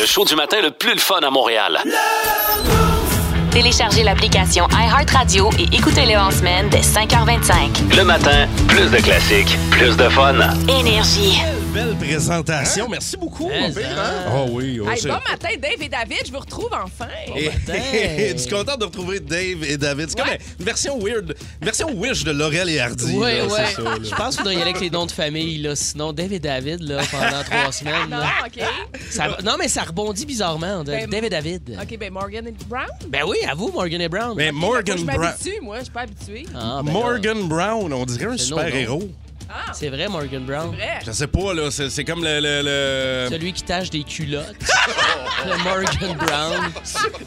Le show du matin le plus le fun à Montréal. Téléchargez l'application iHeartRadio et écoutez-le en semaine dès 5h25. Le matin, plus de classiques, plus de fun. Énergie. Belle présentation. Merci beaucoup. mon père, hein? Oh oui, oh, Hey, c'est- bon matin, Dave et David, je vous retrouve enfin. Et- Je suis content de retrouver Dave et David. C'est Ouais. comme une version weird, une version wish de Laurel et Hardy. Oui, là, oui. c'est ça, là. Je pense qu'il faudrait y aller avec les noms de famille, là. Sinon, Dave et David, là, pendant trois semaines. Ah, Non, là. OK. Ça- non, mais ça rebondit bizarrement. De, Ben, Dave et David. OK, ben Morgan et Brown. Ben oui, à vous, Morgan et Brown. Mais Moi, Morgan je Brown. m'habitue, moi, je suis pas habituée. Ah, ben là, Morgan Brown, on dirait un C'est nos noms. super héros. Ah, c'est C'est vrai, Morgan Brown. vrai. Je sais pas, là, c'est c'est comme le, le, le, Celui qui tâche des culottes. le Morgan Brown.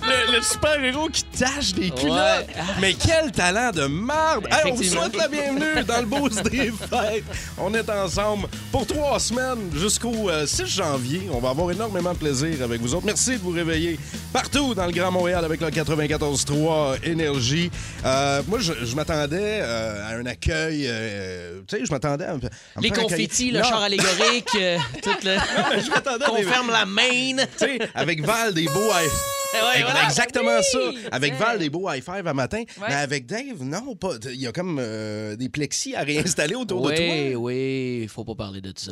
le- le super héros qui tâche des culottes. Ah. Ouais. Mais quel talent de marde! Hey, on vous Effectivement. souhaite la bienvenue dans le boost des fêtes. On est ensemble pour trois semaines jusqu'au euh, 6 janvier. On va avoir énormément de plaisir avec vous autres. Merci de vous réveiller partout dans le Grand Montréal avec le 94-3 Énergie. Euh, moi, je, je m'attendais euh, à un accueil. euh, tu sais, je m'attendais à. à me Les faire accueillir. confettis, le Non, char allégorique. euh, tout le... je m'attendais à Qu'on des- ferme la main. tu sais, avec Val des beaux high Eh ouais, Avec- voilà. Exactement Oui. ça. Avec Ouais. Val des beaux high five à matin. Mais avec Dave, non, pas. Il y a comme euh, des plexis à réinstaller autour Oui, de toi. oui, faut pas parler de ça.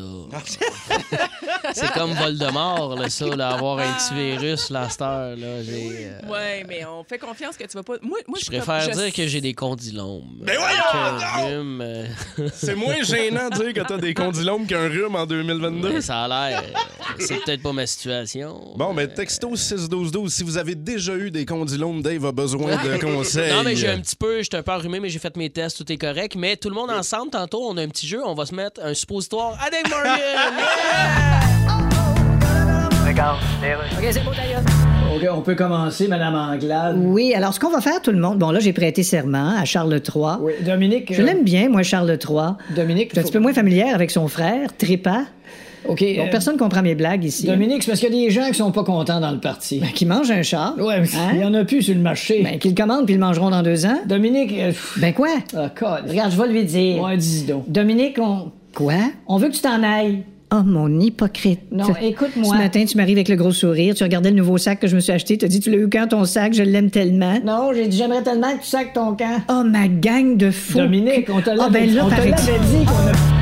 C'est comme Voldemort, là, ça, là, avoir un petit virus, là, à cette heure, là. J'ai, euh, Ouais, mais on fait confiance que tu vas pas. Moi, moi Je suis comme- préfère je- dire que j'ai des condylomes. Mais voyons Que donc! rhume, euh, C'est moins gênant de dire que t'as des condylomes qu'un rhume en 2022. mais ça a l'air. euh, C'est peut-être pas ma situation. Bon, mais texto 6-12-12, si vous avez déjà eu des condylomes, Dave a besoin de conseils. Non, mais j'ai un petit peu, j'étais un peu enrhumé, mais j'ai fait mes tests, tout est correct. Mais tout le monde Euh. ensemble, tantôt, on a un petit jeu, on va se mettre un suppositoire à Dave Morgan! OK, on peut commencer, Madame Anglade. Oui, alors ce qu'on va faire tout le monde, bon là j'ai prêté serment à Charles III. Oui, Dominique. Je euh, l'aime bien, moi Charles III. Dominique. Je suis un faut- petit peu moins familière avec son frère, Trépas. OK. Bon, euh, personne comprend mes blagues ici. Ben, Dominique, c'est parce qu'il y a des gens qui sont pas contents dans le parti. Qui mange un char. Ouais, mais Hein? il y en a plus sur le marché. Ben, qu'ils commandent puis ils le mangeront dans deux ans. Dominique. euh, pff, Ben quoi? ah, calice. Regarde, je vais lui dire. Ouais, dis donc. Dominique, on... Quoi? On veut que tu t'en ailles. Oh, mon hypocrite. Non, écoute-moi. Ce matin, tu m'arrives avec le gros sourire, tu regardais le nouveau sac que je me suis acheté, t'as dit, tu l'as eu quand ton sac, je l'aime tellement. Non, j'ai dit j'aimerais tellement que tu sacs ton camp. Oh, ma gang de fous. Dominique, on te Ah, l'avait ben là, on te par exemple. l'avait dit qu'on a-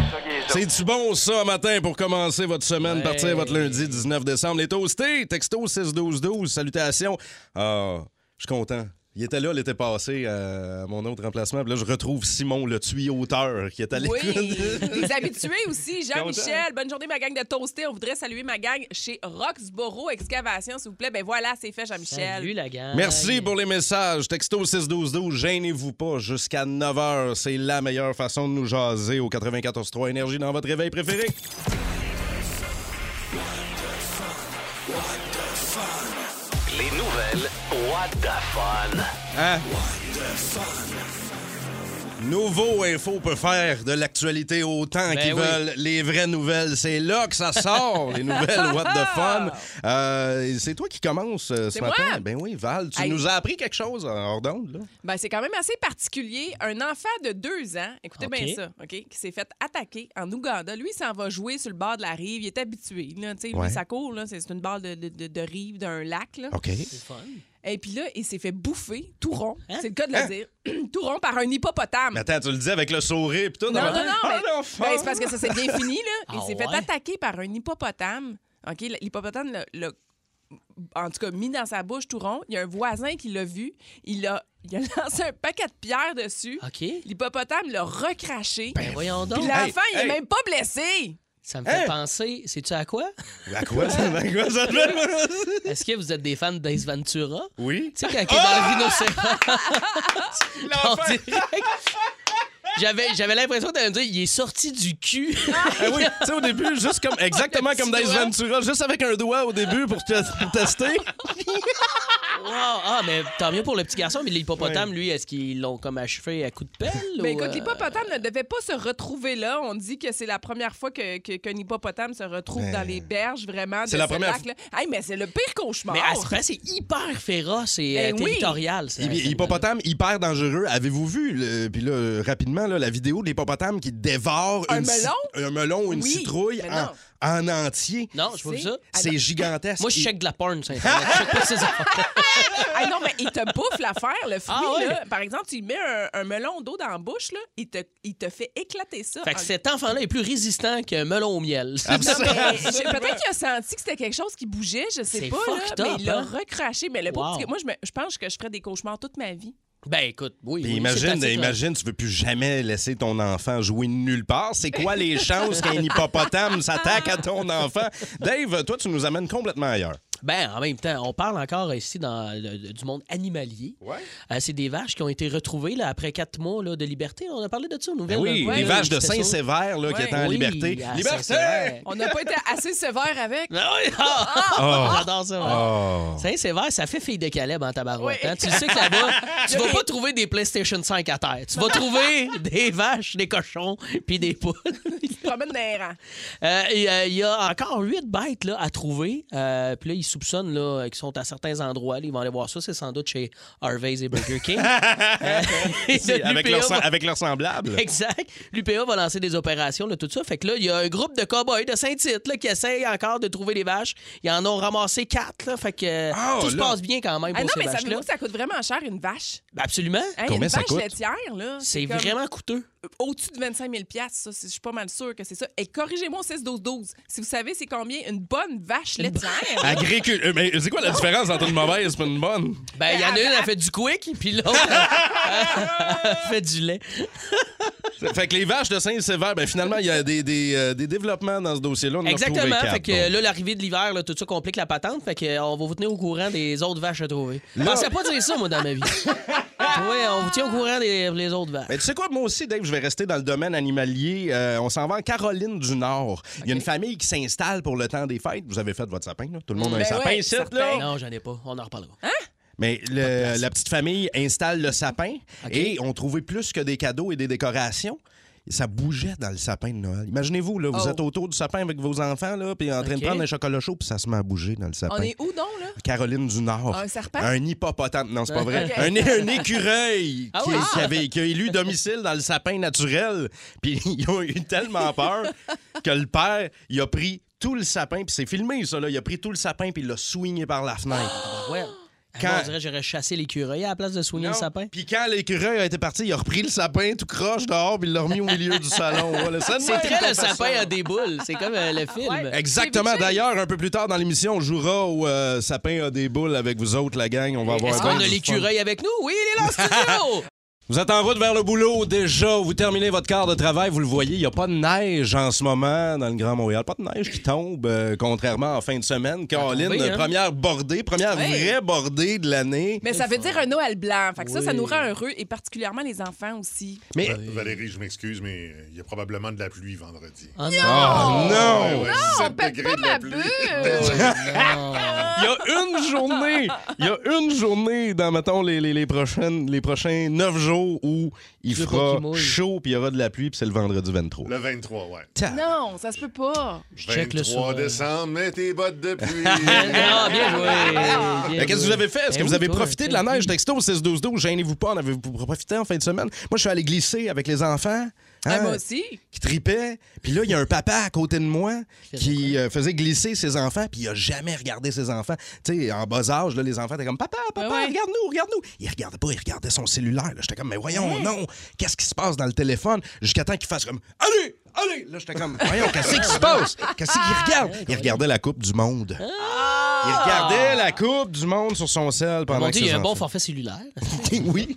C'est-tu bon, ça, matin, pour commencer votre semaine, Ouais. partir votre lundi 19 décembre? Les toastés, texto 6-12-12, salutations. Ah, je suis content. Il était là l'été passé euh, à mon autre remplacement. Puis là, je retrouve Simon, le tuyauteur, qui est à l'écoute. Oui, les habitués aussi. Jean-Michel, bonne journée, ma gang de toastés. On voudrait saluer ma gang chez Roxboro Excavation, s'il vous plaît. Ben voilà, c'est fait, Salut, Jean-Michel. la gang. Merci pour les messages. Texto 61212, gênez-vous pas jusqu'à 9h. C'est la meilleure façon de nous jaser au 94.3 Énergie dans votre réveil préféré. Les nouvelles What the Fun. Hein? Nouveau Info peut faire de l'actualité autant Ben qu'ils oui. veulent les vraies nouvelles. C'est là que ça sort, les nouvelles What the Fun. Euh, c'est toi qui commences euh, ce C'est matin. moi. Ben oui, Val, tu Hey. nous as appris quelque chose en hors d'onde, là. Ben, c'est quand même assez particulier. Un enfant de deux ans, écoutez OK. bien ça, OK, qui s'est fait attaquer en Ouganda. Lui, il s'en va jouer sur le bord de la rive. Il est habitué. Là, Tu sais, lui, Ouais. ça court. Là. C'est c'est une barre de, de- de- de rive d'un lac. Là. OK. C'est fun. Et puis là, il s'est fait bouffer tout rond. Hein? C'est le cas de le Hein? dire. tout rond par un hippopotame. Mais attends, tu le dis avec le sourire pis tout. Non, dans non, ma- non, mais Ah, l'enfant! ben, c'est parce que ça s'est bien fini, là. Il Ah s'est fait ouais? attaquer par un hippopotame. OK, l'hippopotame l'a- l'a, en tout cas, mis dans sa bouche tout rond. Il y a un voisin qui l'a vu. Il a, il a lancé un paquet de pierres dessus. OK. L'hippopotame l'a recraché. Ben voyons donc. Puis l'enfant, Hey, il est hey. même pas blessé. Ça me fait Hein? penser, sais-tu à quoi? À quoi ça, à quoi ça fait? Est-ce que vous êtes des fans d'Ace Ventura? Oui. Tu sais, quand il est Ah! dans le rhinocéros, on dirait que- J'avais, j'avais l'impression d'aller me dire, il est sorti du cul. Eh oui, tu sais, au début, juste comme, exactement Le comme petit Dice doigt. Ventura, juste avec un doigt au début pour, te- pour tester. Wow! Ah, mais tant mieux pour le petit garçon, mais l'hippopotame, lui, est-ce qu'ils l'ont comme achevé à coup de pelle? Mais ou, Ben, écoute, euh, l'hippopotame ne devait pas se retrouver là. On dit que c'est la première fois que- que- qu'un hippopotame se retrouve Ben, dans les berges, vraiment. de c'est la ce première lac-là. Hey, mais c'est le pire cauchemar. Mais à ce moment c'est hyper féroce et euh, Eh oui. territorial. ça, Hi- cet Hippopotame hyper dangereux. Avez-vous vu? le- Puis là, rapidement, récemment là, la vidéo de l'hippopotame qui dévore Un une ci- melon? un melon ou une Oui, citrouille mais en, non. en entier. Non, je vois C'est- ça. C'est gigantesque. Moi, je Et- check de la porn sur Internet. Je check pas ces affaires. Ah non, mais il te bouffe l'affaire, le fruit. Ah ouais? là. Par exemple, tu lui mets un, un melon d'eau dans la bouche, là, il, te, il te fait éclater ça. Fait que cet enfant-là est plus résistant qu'un melon au miel. Ah, Non, mais j'ai- peut-être qu'il a senti que c'était quelque chose qui bougeait, je sais C'est pas, là, fucked mais up, il l'a hein? recraché. Mais le pauvre Wow. petit- moi, je, me- je pense que je ferais des cauchemars toute ma vie. Ben écoute, oui. Puis oui, c'est imagine, assez imagine, tu veux plus jamais laisser ton enfant jouer nulle part. C'est quoi les chances qu'un hippopotame s'attaque à ton enfant? Dave, toi, tu nous amènes complètement ailleurs. Ben, en même temps, on parle encore ici dans le- du monde animalier. Ouais. Euh, c'est des vaches qui ont été retrouvées là, après quatre mois là, de liberté. On a parlé de ça aux nouvelles. Ben oui, là, les ouais, vaches de c'était ça. Saint-Sévère là, qui Ouais. étaient en Oui, ah, liberté. à Liberté! Saint-Sévère. On n'a pas été assez sévère avec. Ben oui, ah! Oh. J'adore ça. ouais. Oh. Saint-Sévère, ça fait fille de Caleb en tabarouette. Oui. hein. Tu sais que là-bas, tu vas pas trouver des PlayStation 5 à terre. Tu vas trouver des vaches, des cochons, puis des poules. Tu te promènes dans les rangs. Euh, et, euh, Il y a encore huit bêtes là, à trouver. Euh, puis là, ils soupçonnent là, qu'ils sont à certains endroits. Là, ils vont aller voir ça. C'est sans doute chez Harvey's et Burger King. Euh, et Si, le avec, UPA leur, va- avec leur semblable. Exact. L'UPA va lancer des opérations, là, tout ça. Fait que là, il y a un groupe de cow-boys de Saint-Tite là, qui essayent encore de trouver les vaches. Ils en ont ramassé quatre. Là, fait que euh, Ah, tout se là. passe bien quand même Ah pour non, ces mais vaches-là. savez-vous que ça coûte vraiment cher une vache? Ben Absolument. Hein, Combien une ça vache coûte? laitière, là. C'est comme vraiment coûteux. Au-dessus de 25 000 ça, c'est- je suis pas mal sûre que c'est ça. Et corrigez-moi au 6-12-12. Si vous savez, c'est combien une bonne vache laitière? Agricule. euh, Mais c'est quoi la différence entre une mauvaise et une bonne? Ben, il y en a une, elle fait du quick, puis l'autre, elle fait du lait. Fait que les vaches de Saint-Sévère, ben finalement, il y a des, des, euh, des développements dans ce dossier-là. On en a retrouvé Exactement. quatre, Fait que donc. euh, là, l'arrivée de l'hiver, là, tout ça complique la patente. Fait que, euh, on va vous tenir au courant des autres vaches à trouver. Je Là- pensais pas dire ça, moi, dans ma vie. oui, on vous tient au courant des les autres vaches. Mais tu sais quoi, moi aussi, Dave, je vais rester dans le domaine animalier. Euh, on s'en va en Caroline du Nord. Il y a une famille qui s'installe pour le temps des fêtes. Vous avez fait votre sapin, là. Tout le monde a un Ben sapin ouais, ici, certain. là. Non, j'en ai pas. On en reparlera. Mais le- la petite famille installe le sapin et on trouvait plus que des cadeaux et des décorations. Et ça bougeait dans le sapin de Noël. Imaginez-vous, là, vous Oh. êtes autour du sapin avec vos enfants, là, puis en train de OK. prendre un chocolat chaud, puis ça se met à bouger dans le sapin. On est où donc, là? Caroline du Nord. Un serpent? Un hippopotame. Non, c'est pas vrai. Ok. Un, un écureuil Ah qui, oui? qui avait, qui a élu domicile dans le sapin naturel. Puis ils ont eu tellement peur que le père, il a pris tout le sapin, puis c'est filmé, ça, là. Il a pris tout le sapin, puis il l'a swingé par la fenêtre. Ouais. Quand- Moi, on dirait que j'aurais chassé l'écureuil à la place de soigner Non. le sapin. Puis quand l'écureuil a été parti, il a repris le sapin tout croche dehors, puis il l'a remis au milieu du salon. Voilà, ça de C'est même qu'on très le fait ça. sapin à des boules. C'est comme euh, le film. Exactement. C'est D'ailleurs, un peu plus tard dans l'émission, on jouera au euh, sapin à des boules avec vous autres, la gang. On va avoir Est-ce bien qu'on a du fun. l'écureuil avec nous? Oui, il est là en studio! Vous êtes en route vers le boulot déjà. Vous terminez votre quart de travail. Vous le voyez, il n'y a pas de neige en ce moment dans le Grand Montréal. Pas de neige qui tombe, euh, contrairement en fin de semaine. Caroline, tomber, hein? première bordée, première Ouais. vraie bordée de l'année. Mais ça veut dire un Noël blanc. Fait que ça, ça Oui. nous rend heureux et particulièrement les enfants aussi. Mais. Ben, Valérie, je m'excuse, mais euh, il y a probablement de la pluie vendredi. Ah Oh non! Oh non! ouais, On 7 pète degrés pas de la ma pluie. Ben bulle! Il y a une journée, il y a une journée dans, mettons, les, les, les prochaines, les prochains neuf jours où il Je veux pas fera qu'il mouille. chaud puis il y aura de la pluie puis c'est le vendredi 23. Le 23, ouais. Non, ça se peut pas. Je check le 23 soir. décembre, mets tes bottes de pluie. Ah, bien joué! Bien Mais Qu'est-ce que vous joué. avez fait? Est-ce Ben que vous oui, avez toi, profité de la t'as neige? dit. Texto 16-12-12, gênez-vous pas, en avez-vous profité en fin de semaine? Moi, je suis allé glisser avec les enfants. Ah, hein, moi aussi. Qui tripait. Puis là, il y a un papa à côté de moi qui euh, faisait glisser ses enfants, puis il a jamais regardé ses enfants. Tu sais, en bas âge, là, les enfants étaient comme Papa, papa, Ben ouais. regarde-nous, regarde-nous. Il regardait pas, il regardait son cellulaire. là. J'étais comme Mais voyons, non, qu'est-ce qui se passe dans le téléphone? Jusqu'à temps qu'il fasse comme Allez, allez! Là, j'étais comme Voyons, qu'est-ce qui se passe? Qu'est-ce qu'il regarde? Il regardait la Coupe du Monde. Il regardait la Coupe du Monde sur son sel pendant Ah! Mon que Dieu, il y a ses un bon enfants- forfait cellulaire. oui.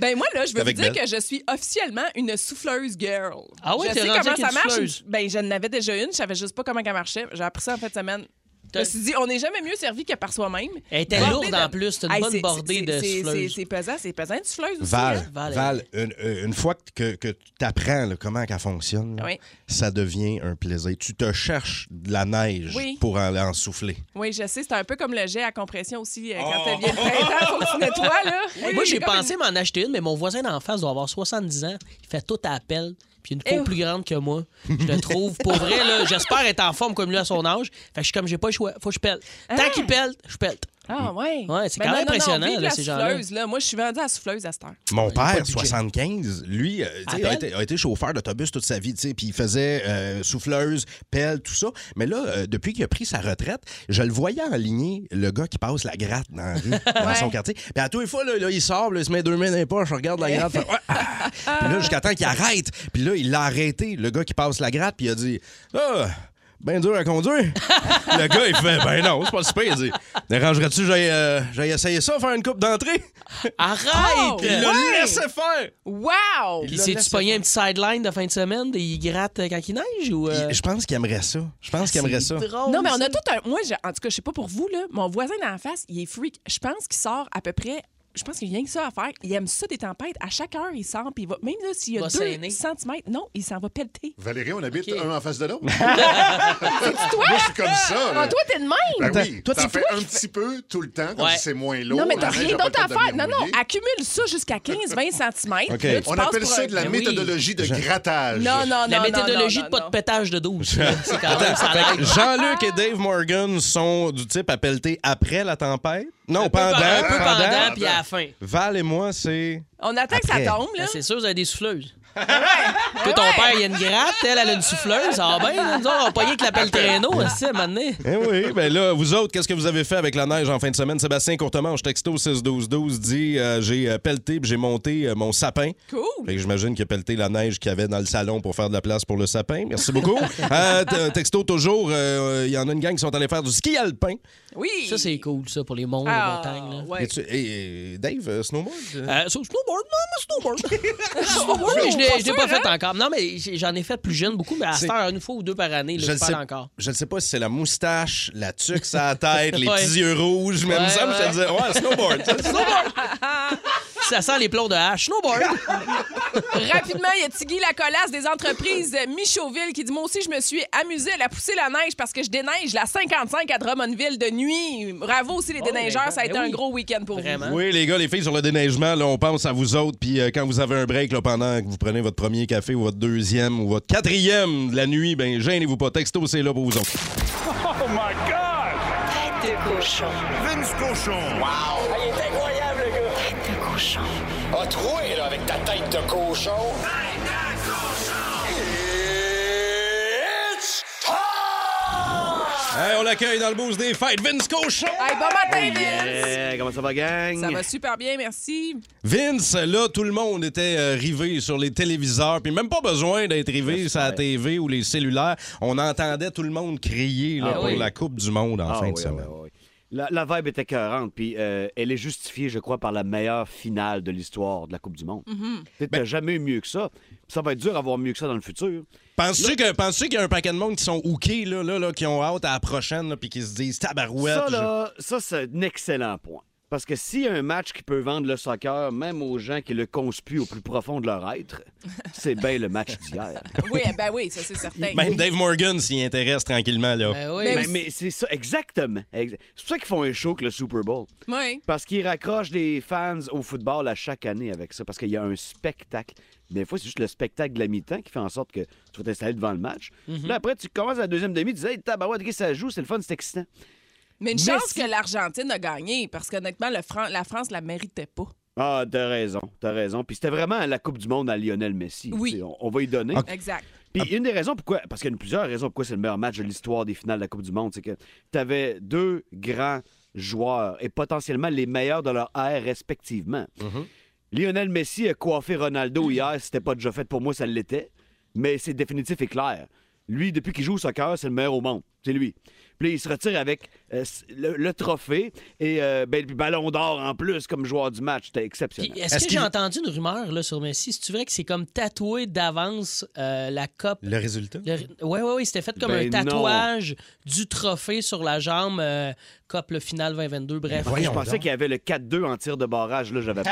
Ben moi, là, je veux vous Avec dire Belle. que je suis officiellement une souffleuse girl. Ah ouais, je t'es sais rendue comment avec une ça marche. souffleuse. Ben, je n'avais déjà une, je savais juste pas comment elle marchait. J'ai appris ça en fin de semaine. Je T'as- me suis dit, on n'est jamais mieux servi que par soi-même. Elle était Bordée lourde de- en plus, c'était une Hey, bonne c'est- bordée c'est- de c'est- c'est- souffleuse. C'est pesant, c'est pesant une souffleuse aussi. Val, hein? Val, Val, une, euh, une fois que, que tu apprends là, comment qu'elle fonctionne, là, Oui. ça devient un plaisir. Tu te cherches de la neige Oui. pour en, en souffler. Oui, je sais, c'est un peu comme le jet à compression aussi. euh, Quand elle vient Oh! le printemps, faut que tu nettoies, là. Moi, j'ai comme pensé m'en acheter une, mais mon voisin d'en face doit avoir 70 ans. Il fait tout à appel. Puis une peau Eh. plus grande que moi. Je le trouve. Pour Hein? vrai, là, j'espère être en forme comme lui à son âge. Fait que je suis comme, j'ai pas le choix. Faut que je pèle. Tant qu'il pèle, je pèle. Ah, ouais. Ouais, c'est quand même impressionnant, vive là, la ces gens-là. souffleuse, là. Moi, je suis vendue à la souffleuse à cette heure. Mon a pas père, de budget. 75, lui, euh, tu sais, a, Appel? été, a été chauffeur d'autobus toute sa vie, tu sais, puis il faisait euh, souffleuse, pelle, tout ça. Mais là, euh, depuis qu'il a pris sa retraite, je le voyais aligner le gars qui passe la gratte dans, la rue, dans Ouais. son quartier. Puis à tous les fois, là, là, il sort, là, il se met deux mains dans les poches, regarde la gratte, fait, Ouais, ah! puis là, jusqu'à temps qu'il arrête. Puis là, il l'a arrêté, le gars qui passe la gratte, puis il a dit Ah! Ben dur à conduire. le gars, il fait Ben non, c'est pas super. Il dit Dérangerais-tu, que j'aille euh, j'aille essayer ça, faire une coupe d'entrée Arrête! Oh! Il l'a Ouais! laissé faire Wow! Puis Il l'a c'est-tu laissé pogné un petit sideline de fin de semaine? et Il gratte euh, quand il neige? ou euh, Il- Je pense qu'il aimerait ça. Je pense qu'il aimerait ça. Oh, drôle, Non, mais on ça. a tout un. Moi, je- en tout cas, je sais pas pour vous, là. Mon voisin d'en face, il est freak. Je pense qu'il sort à peu près. Je pense qu'il y a rien que ça à faire. Il aime ça des tempêtes. À chaque heure, il sort. Puis il va. Même là, s'il y a Va 2 s'aîner. cm, non, il s'en va pelleter. Valérie, on habite Ok. un en face de l'autre. C'est toi! Ah, Moi, je suis comme ça, là. Ah, toi, t'es de même! Ben Attends, oui, toi, t'en c'est fais toi un qui petit peu tout le temps, comme Ouais. si c'est moins lourd. Non, mais La t'as neige rien a pas d'autre à le temps de faire. Non, devenir non, mouillée. accumule ça jusqu'à 15-20 cm. OK. Là, tu On passes appelle pour ça un- de la Ben oui. méthodologie de Je- grattage. Non, non, non. La non, méthodologie non, de pas non. de pétage de 12. là, c'est quand même ça Fait que l'aide. Jean-Luc et Dave Morgan sont du type à pelleter après la tempête. Non, pendant. Un peu pendant. pendant, puis à la fin. Val et moi, c'est. On attend que ça Après. tombe, là. Ben, c'est sûr, vous avez des souffleuses. Que ton père, il a une gratte, elle, elle a une souffleuse. Ah ben, là, nous autres, on va pogner avec l'appel traîneau, aussi, à un moment donné. Eh oui, ben là, vous autres, qu'est-ce que vous avez fait avec la neige en fin de semaine? Sébastien Courtemanche, texto 6-12-12, dit euh, J'ai euh, pelleté puis j'ai monté euh, mon sapin. Cool. Fait que j'imagine qu'il a pelleté la neige qu'il y avait dans le salon pour faire de la place pour le sapin. Merci beaucoup. Euh, t- texto toujours, euh, il y en a une gang qui sont allés faire du ski alpin. Oui. Ça, c'est cool, ça, pour les monts, Ah, les montagnes. là. ouais. Et tu- et- et Dave, euh, snowboard? Euh, sur le snowboard, non, mais Ah, snowboard. snowboard, mais je l'ai- je l'ai hein? pas fait encore. Non, mais j'ai- j'en ai fait plus jeune beaucoup, mais à C'est- cette heure, une fois ou deux par année, là, je, Je ne le sais, fais encore. je le sais pas si c'est la moustache, la tuque à la tête, les Ouais. petits yeux rouges, mais il me Ouais, semble que je te ouais. disais, ouais, snowboard. ça, c'est ça. Ça sent les plombs de hache. Snowboard. Rapidement, il y a Tigui Lacolasse des entreprises euh, Michaudville qui dit Moi aussi, je me suis amusée à la pousser la neige parce que je déneige la 55 à Drummondville de nuit. Bravo aussi, les Bon, déneigeurs. ben, Ça a été ben un oui. gros week-end pour Vraiment. oui, les gars, les filles, sur le déneigement, là, on pense à vous autres. Puis euh, quand vous avez un break, là, pendant que vous prenez votre premier café ou votre deuxième ou votre quatrième de la nuit, ben gênez-vous pas. Texto, c'est là pour vous autres. Ah, A troué, là, avec ta tête de cochon. Tête de cochon! It's time! Hey, on l'accueille dans le boost des fêtes. Vince Cochon! vous. Hey, bon matin, Vince. comment ça va, gang? Euh, Ça va super bien, merci. Vince, là, tout le monde était euh, rivé sur les téléviseurs, puis même pas besoin d'être rivé sur la TV ou les cellulaires. On entendait tout le monde crier là, Ah pour oui. la Coupe du Monde en Ah fin oui, de oui, semaine. oui, oui. La, la vibe était cohérente, puis euh, elle est justifiée, je crois, par la meilleure finale de l'histoire de la Coupe du Monde. Peut-être Ben qu'il n'y a jamais eu mieux que ça. Ça va être dur d'avoir mieux que ça dans le futur. Penses-tu que- penses-tu qu'il y a un paquet de monde qui sont hookés, là, là, là, qui ont hâte à la prochaine, là, puis qui se disent tabarouette? ça, je- là, ça, c'est un excellent point. Parce que s'il y a un match qui peut vendre le soccer, même aux gens qui le conspuent au plus profond de leur être, c'est bien le match d'hier. Oui, ben oui, ça, c'est certain. Même Dave Morgan s'y intéresse tranquillement, là. Ben oui. mais mais c'est ça, exactement. Ex- C'est pour ça qu'ils font un show que le Super Bowl. Oui. Parce qu'ils raccrochent les fans au football à chaque année avec ça, parce qu'il y a un spectacle. Des fois, c'est juste le spectacle de la mi-temps qui fait en sorte que tu vas t'installer devant le match. Là, après, tu commences la deuxième demi, tu dis Hey, tabarouette, ok, ça joue, c'est le fun, c'est excitant. Mais une Mais chance si- que l'Argentine a gagné parce qu'honnêtement, le Fran- la France la méritait pas. Ah, t'as raison, t'as raison. Puis c'était vraiment la Coupe du Monde à Lionel Messi. Oui. Tu sais, On, on va y donner. Exact. Puis une des raisons pourquoi, parce qu'il y a plusieurs raisons pourquoi c'est le meilleur match de l'histoire des finales de la Coupe du Monde, c'est que tu avais deux grands joueurs et potentiellement les meilleurs de leur ère respectivement. Lionel Messi a coiffé Ronaldo hier, c'était pas déjà fait pour moi, ça l'était, mais c'est définitif et clair. Lui, depuis qu'il joue au soccer, c'est le meilleur au monde. C'est lui. Puis là, il se retire avec euh, le, le trophée et euh, ben, le ballon d'or en plus comme joueur du match. C'était Puis, exceptionnel. Est-ce Est-ce que qu'il- j'ai entendu une rumeur là, sur Messi? C'est-tu vrai que c'est comme tatoué d'avance euh, la coupe? Le résultat? Oui, oui, oui, c'était fait comme Ben un tatouage du trophée sur la jambe, euh, Coupe le final 2022, bref. voyons Je pensais donc. qu'il y avait le 4-2 en tir de barrage. Là, j'avais pas.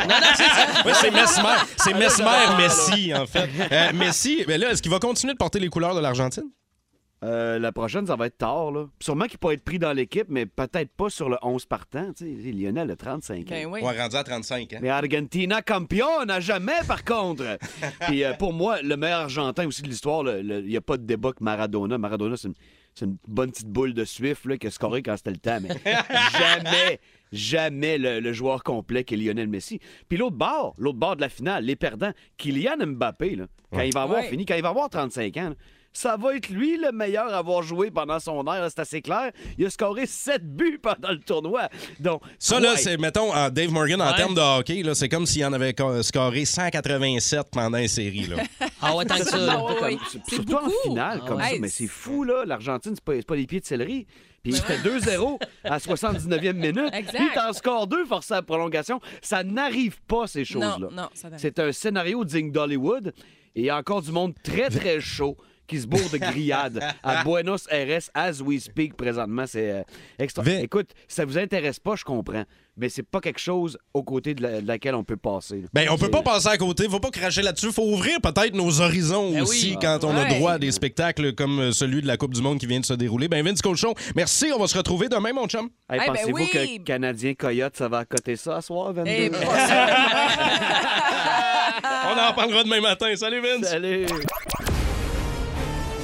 Oui, c'est Mesmer. C'est Ah, Mesmer Messi, en fait. Euh, Messi, ben là, est-ce qu'il va continuer de porter les couleurs de l'Argentine? Euh, la prochaine, ça va être tard. Là. Sûrement qu'il pourrait être pris dans l'équipe, mais peut-être pas sur le 11 partant. Tu sais, Lionel a 35 ans. Ben oui. On est rendu à 35, hein? Mais Argentina campion à jamais, par contre. Puis euh, pour moi, le meilleur Argentin aussi de l'histoire, le- le- il n'y a pas de débat que Maradona. Maradona, c'est une, c'est une bonne petite boule de Swift là, qui a scoré quand c'était le temps. Mais jamais, jamais le, le joueur complet qu'est Lionel Messi. Puis l'autre bord, l'autre bord de la finale, les perdants, Kylian Mbappé, là, quand il va avoir Ouais. fini, quand il va avoir 35 ans, là, ça va être lui le meilleur à avoir joué pendant son air, là, c'est assez clair. Il a scoré 7 buts pendant le tournoi. Donc, Ça, trois- là, c'est, mettons, en Dave Morgan, en Ouais. termes de hockey, là, c'est comme s'il en avait co- scoré 187 pendant une série. Là. Ah ouais, tant que ça. là. Ah ouais, Comme- ouais. C'est Surtout en beaucoup. finale, comme Ah ouais. ça. Mais c'est fou, là. L'Argentine, c'est pas, c'est pas des pieds de céleri. Puis il fait 2-0 à 79e minute. Exact. Puis t'en score 2 forcé à la prolongation. Ça n'arrive pas, ces choses-là. Non, non, ça n'arrive C'est un scénario digne d'Hollywood. Et il y a encore du monde très, très chaud qui se bourre de grillades à Buenos Aires as we speak présentement. C'est euh, extra. Vin- Écoute, ça vous intéresse pas, je comprends. Mais c'est pas quelque chose aux côtés de, la- de laquelle on peut passer. là. Ben, on peut C'est- pas passer à côté, faut pas cracher là-dessus, faut ouvrir peut-être nos horizons Ben aussi oui. quand on a Ouais. droit à des spectacles comme euh, celui de la Coupe du Monde qui vient de se dérouler. Ben, Vince Cochon, merci, on va se retrouver demain, mon chum. Hey, Eh ben Pensez-vous oui. que Canadien Coyote, ça va à côté ça à soir, 22? Eh, pas ça. Ah. On en parlera demain matin. Salut, Vince. Salut!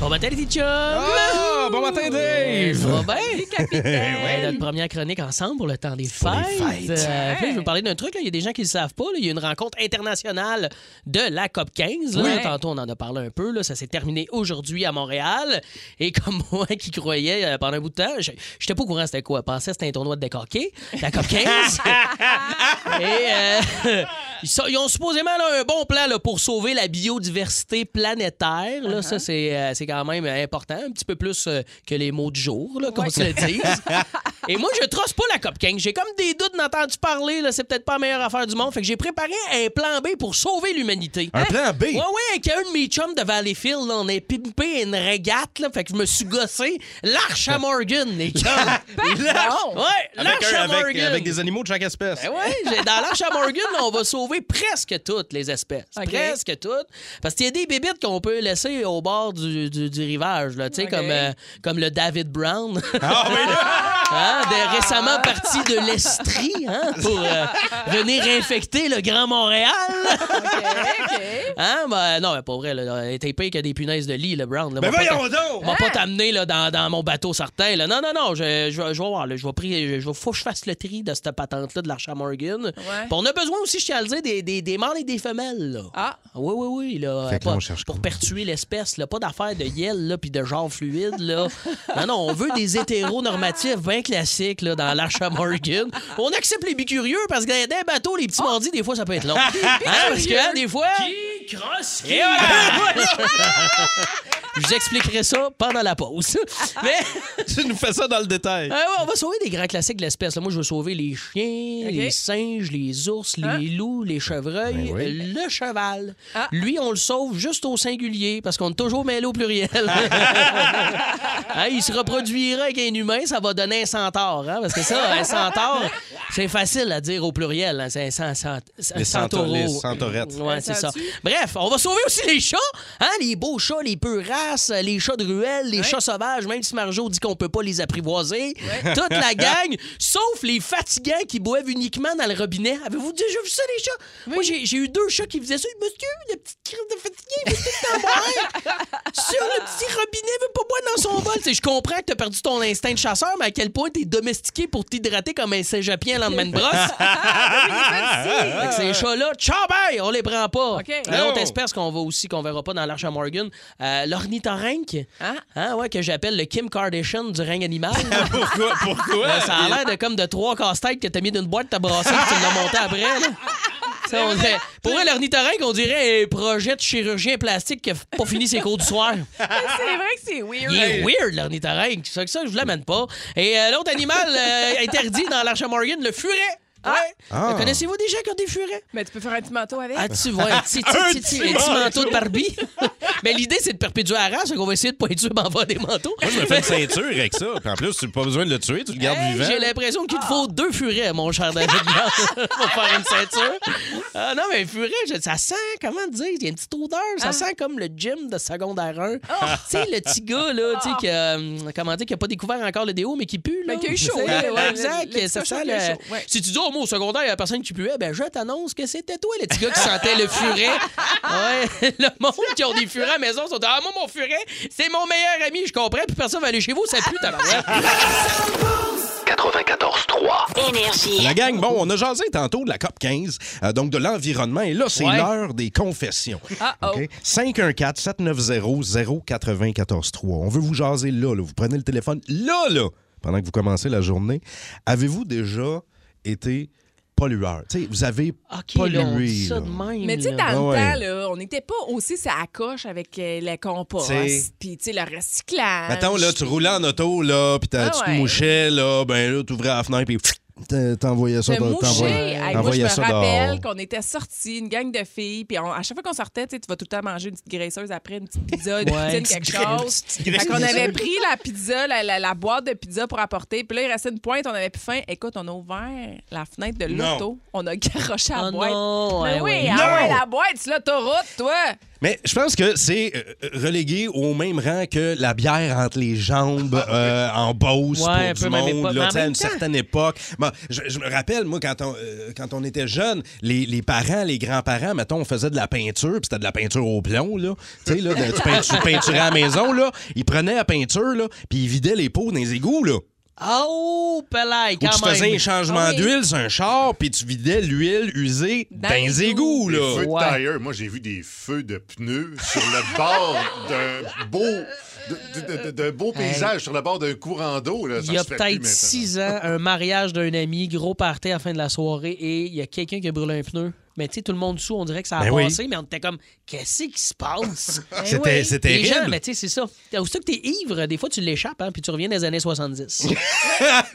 Bon ben, matin, les teachers! Ah, bon matin, Ben, Dave. Ça va euh, bien? Capitaine. Ouais, notre première chronique ensemble pour le temps des Pour les fêtes. fêtes. Euh, puis là, je veux Ouais. parler d'un truc, là. il y a des gens qui ne le savent pas. là. Il y a une rencontre internationale de la COP 15. là. Oui. Tantôt, on en a parlé un peu. là. Ça s'est terminé aujourd'hui à Montréal. Et comme moi qui croyais euh, pendant un bout de temps, je n'étais pas au courant c'était quoi. Je pensais que c'était un tournoi de décoqué, la COP 15. Et euh, ils, sont- ils ont supposément là, un bon plan là, pour sauver la biodiversité planétaire. Là, Ça, c'est euh, c'est quand même important, un petit peu plus euh, que les mots du jour, là, qu'on se le dise. Et moi, je trosse pas la COP 15. J'ai comme des doutes d'entendre parler. là, C'est peut-être pas la meilleure affaire du monde. Fait que j'ai préparé un plan B pour sauver l'humanité. Un plan B. Ouais, ouais, avec un de mes chums de Valleyfield, là, on a pimpé une régate, là, fait que je me suis gossé. L'arche à Morgan, les chums. Pardon. Ouais, Avec, l'arche Bah, un- à avec- Morgan. avec des animaux de chaque espèce. Ben ouais, j'ai- dans l'arche à Morgan, là, on va sauver presque toutes les espèces. OK. Presque toutes. Parce qu'il y a des bébites qu'on peut laisser au bord du, du- du rivage, là, tu sais, OK. comme, euh, comme le David Brown. Ah, oui, là. Hein, de- récemment parti de l'Estrie hein, pour euh, venir infecter le Grand Montréal. OK, Hein, ben, non, mais pas vrai. Là, il était pire que des punaises de lit, le Brown. là. Ben M'a pas voyons t'a- donc. m'a pas t'amener là, dans, dans mon bateau certain. Là. Non, non, non, je, je, vais- je vais voir. là. je vais prier, je, je vais- faut que je fasse le tri de cette patente-là de l'arche à Morgan. Puis on a besoin aussi, je tiens à le dire, des, des, des mâles et des femelles. Là. Ah. Oui, oui, oui. Là, Fait que Pas- là, on cherche pour quoi? perpétuer l'espèce. Là. Pas d'affaire de yel là, puis de genre fluide. Là. non, non, on veut des hétéronormatifs bien classiques là, dans l'arche à Morgan. On accepte les bicurieux parce que dans un bateau, les petits mordis, des fois, ça peut être long. Hein, parce que hein, des fois... Qui crosse qui? Je vous expliquerai ça pendant la pause. Mais... Tu nous fais ça dans le détail. Ah ouais, on va sauver des grands classiques de l'espèce. là. Moi, je veux sauver les chiens, Ok. les singes, les ours, les Hein? loups, les chevreuils, Ben oui. euh, le cheval. Ah. Lui, on le sauve juste au singulier parce qu'on est toujours mêlé au pluriel. Hein, il se reproduira avec un humain, ça va donner un centaure. hein, parce que ça, un centaure, c'est facile à dire au pluriel. hein, C'est un cent- cent- un Les centaures, centauro. les centaurettes. Mm, Ouais, c'est ça. Entends-tu? Bref, on va sauver aussi les chats, hein, les beaux chats, les peu races, les chats de ruelle, les chats sauvages, même si Marjo dit qu'on peut pas les apprivoiser. Toute la gang, sauf les fatigants qui boivent uniquement dans le robinet. Avez-vous déjà vu ça, les chats? Moi, j'ai j'ai eu deux chats qui faisaient ça. Monsieur, la petite crise de fatigué, il veut tout en boire. Sur le petit robinet, il veut pas boire dans son bol. Tu sais, Je comprends que t'as perdu ton instinct de chasseur, mais à quel point t'es domestiqué pour t'hydrater comme un cégepien le lendemain de brosse. Ah, Fait que ces chats-là, ciao, bye, on les prend pas. OK. Là, on Non. t'espère qu'on va aussi, qu'on verra pas dans l'Arche à Morgan, euh, l'ornithorynque, Ah. hein, ouais, que j'appelle le Kim Kardashian du règne animal. Pourquoi? Pourquoi? Euh, ça a l'air de comme de trois casse-têtes que t'as mis d'une boîte, t'as brassé, puis tu l'as monté après. là. Ça, on dirait- pour vrai, l'ornithorynque, on dirait un projet de chirurgien plastique qui a f- pas fini ses cours du soir. C'est vrai que c'est weird. Il est weird, l'ornithorynque. C'est ça que ça, je vous l'amène pas. Et euh, l'autre animal euh, interdit dans l'Arche à Morgan, le furet. Ouais. Ah. Connaissez-vous des gens qui ont des furets? Mais tu peux faire un petit manteau avec. Ah, tu vois, un petit, petit, petit, petit petit manteau de Barbie. Mais l'idée, c'est de perpétuer la race, donc on va essayer de pas être tuer par avoir des manteaux. Moi, je me fais une ceinture avec ça. Puis en plus, tu n'as pas besoin de le tuer, tu le gardes Hey, vivant. J'ai l'impression qu'il te faut deux furets, mon cher David Blanc, pour faire une ceinture. Ah non, mais furet, je- ça sent, comment dire, il y a une petite odeur, Ah. ça sent comme le gym de secondaire 1. Tu sais, le petit gars, là, tu sais, qui, euh, comment dire, qui n'a pas découvert encore le déo, mais qui pue, Ah. là. Mais qui a eu chaud, Tu sais, là, ouais, exact, le- le ça petit sent cochon qui a eu le- chaud, ouais. Si tu dis, oh, moi, au secondaire, il y a personne qui puait, ben je t'annonce que c'était toi, le petit gars qui sentait le furet. Ouais, le monde qui ont des furets à la maison, ils sont, ah, moi, mon furet, c'est mon meilleur ami, je comprends, puis personne va aller chez vous, ça pue, tabarouette. 94-3. Énergie. La gang, bon, on a jasé tantôt de la COP 15, euh, donc de l'environnement, et là, c'est Ouais. Oh. l'heure des confessions. Uh-oh. OK? 514-790-0943. On veut vous jaser là, là. Vous prenez le téléphone là, là, pendant que vous commencez la journée. Avez-vous déjà été pollueur? Tu sais, vous avez OK, pollué. là, on dit ça là. de même. Mais tu sais, là. dans le Ah Ouais. temps, là, on n'était pas aussi ça à coche avec euh, le compost, T'sais. puis tu sais, le recyclage. Mettons, là, tu roulais en auto, là, puis t'as- Ah tu te ouais. mouchais, là, ben là, t'ouvrais la fenêtre, puis pfff, t'en- t'envoyais ça Me dans- moucher. t'envoyais- Hey, moi, je t'envoyais me ça rappelle dehors. qu'on était sortis, une gang de filles, puis on- à chaque fois qu'on sortait, tu sais, tu vas tout le temps manger une petite graisseuse après, une petite pizza, une Ouais, poutine, une quelque petite gra- chose. une petite Fait qu'on graisseuse. avait pris la pizza, la, la- la boîte de pizza pour apporter, puis là, il restait une pointe, on avait plus faim. Écoute, on a ouvert la fenêtre de Non. l'auto, on a garoché la Oh boîte. non, Mais ouais, oui, ouais. ah ouais, Non. la boîte, c'est l'autoroute, toi! Mais je pense que c'est euh, relégué au même rang que la bière entre les jambes euh, en Beauce Ah, Ouais, un peu pour du même monde, époque. Mais là, en tu sais, à même une temps- certaine époque. Bon, je, je me rappelle, moi, quand on, euh, quand on était jeune, les, les parents, les grands-parents, mettons, on faisait de la peinture, puis c'était de la peinture au plomb, là. Tu sais, là, de- tu, peint- tu peinturais à la maison, là. Ils prenaient la peinture, là, puis ils vidaient les pots dans les égouts, là. Oh, pelaille, Ou quand tu même. faisais un changement Ah oui. d'huile sur un char, puis tu vidais l'huile usée Dans Ben dans, les les égouts, égouts. Des là. feux de Ouais. tailleur. Moi, j'ai vu des feux de pneus sur le bord d'un beau, de- de- de- d'un beau paysage, sur le bord d'un courant d'eau. là. Ça Il y a se fait plus peut-être maintenant. six ans, un mariage d'un ami, gros party à la fin de la soirée, et il y a quelqu'un qui a brûlé un pneu. Mais tu sais, tout le monde sous, on dirait que ça a Ben oui. passé, mais on était comme, qu'est-ce qui se passe? C'était c'est Les gens, terrible. mais tu sais, c'est ça. Aussi que t'es ivre, des fois tu l'échappes, hein, puis tu reviens des années 70.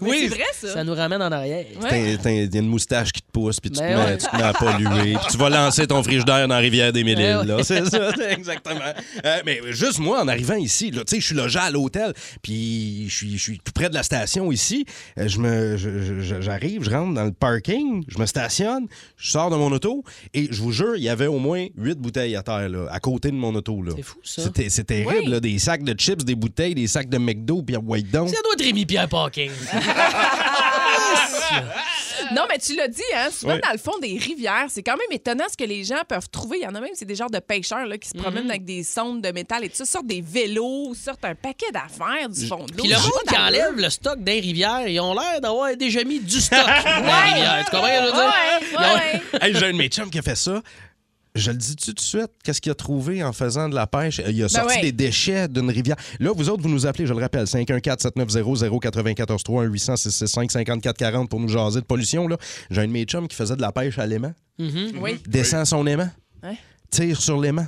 Oui, c'est vrai, ça. ça nous ramène en arrière. T'as- t'as- Il y a une moustache qui te pousse, puis tu, te Ben mets- ouais. tu te mets à polluer, puis tu vas lancer ton frigidaire dans la rivière des Mille-Îles. Ben là. C'est ça, c'est exactement. Euh, mais juste moi, en arrivant ici, là, tu sais, je suis logé à l'hôtel, puis je suis- je suis tout près de la station ici. Euh, je me- je- je- je- J'arrive, je, rentre dans le parking, je me stationne, je sors de mon auto, et je vous jure, il y avait au moins huit bouteilles à terre, là, à côté de mon auto. là. C'est fou, ça. C'était- C'est terrible, Oui. là, des sacs de chips, des bouteilles, des sacs de McDo, puis à White Down. Ça doit être Rémi Pierre Parking. Ah Non, mais tu l'as dit, hein, souvent Ouais. dans le fond des rivières, c'est quand même étonnant ce que les gens peuvent trouver. Il y en a même, c'est des genres de pêcheurs là, Mhm. qui se promènent avec des sondes de métal et tout ça, sortent des vélos, sortent un paquet d'affaires du fond de l'eau. Puis le C'est monde pas qui d'allure. enlève le stock d'un rivière, ils ont l'air d'avoir déjà mis du stock dans les rivières. Tu comprends ce que je veux dire? Ouais, ouais, ouais. hey, j'ai un de mes chums qui a fait ça. Je le dis tout de suite, qu'est-ce qu'il a trouvé en faisant de la pêche? Il a sorti ouais. des déchets d'une rivière. Là, vous autres, vous nous appelez, je le rappelle, 514-790-0943, 1-800-665-5440 pour nous jaser de pollution. là. J'ai un de mes chums qui faisait de la pêche à l'aimant, Oui. descend son aimant, Ouais. tire sur l'aimant,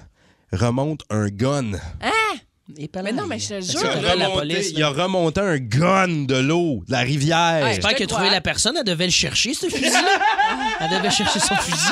remonte un gun. Et pas Mais là, non, mais je te Est-ce jure, que là, t'as Il appelles a la remonté- police, là? il a remonté un gun de l'eau, de la rivière. Ouais, je J'espère te qu'elle a crois. trouvé la personne, elle devait le chercher, ce fusil-là. Elle devait chercher son fusil.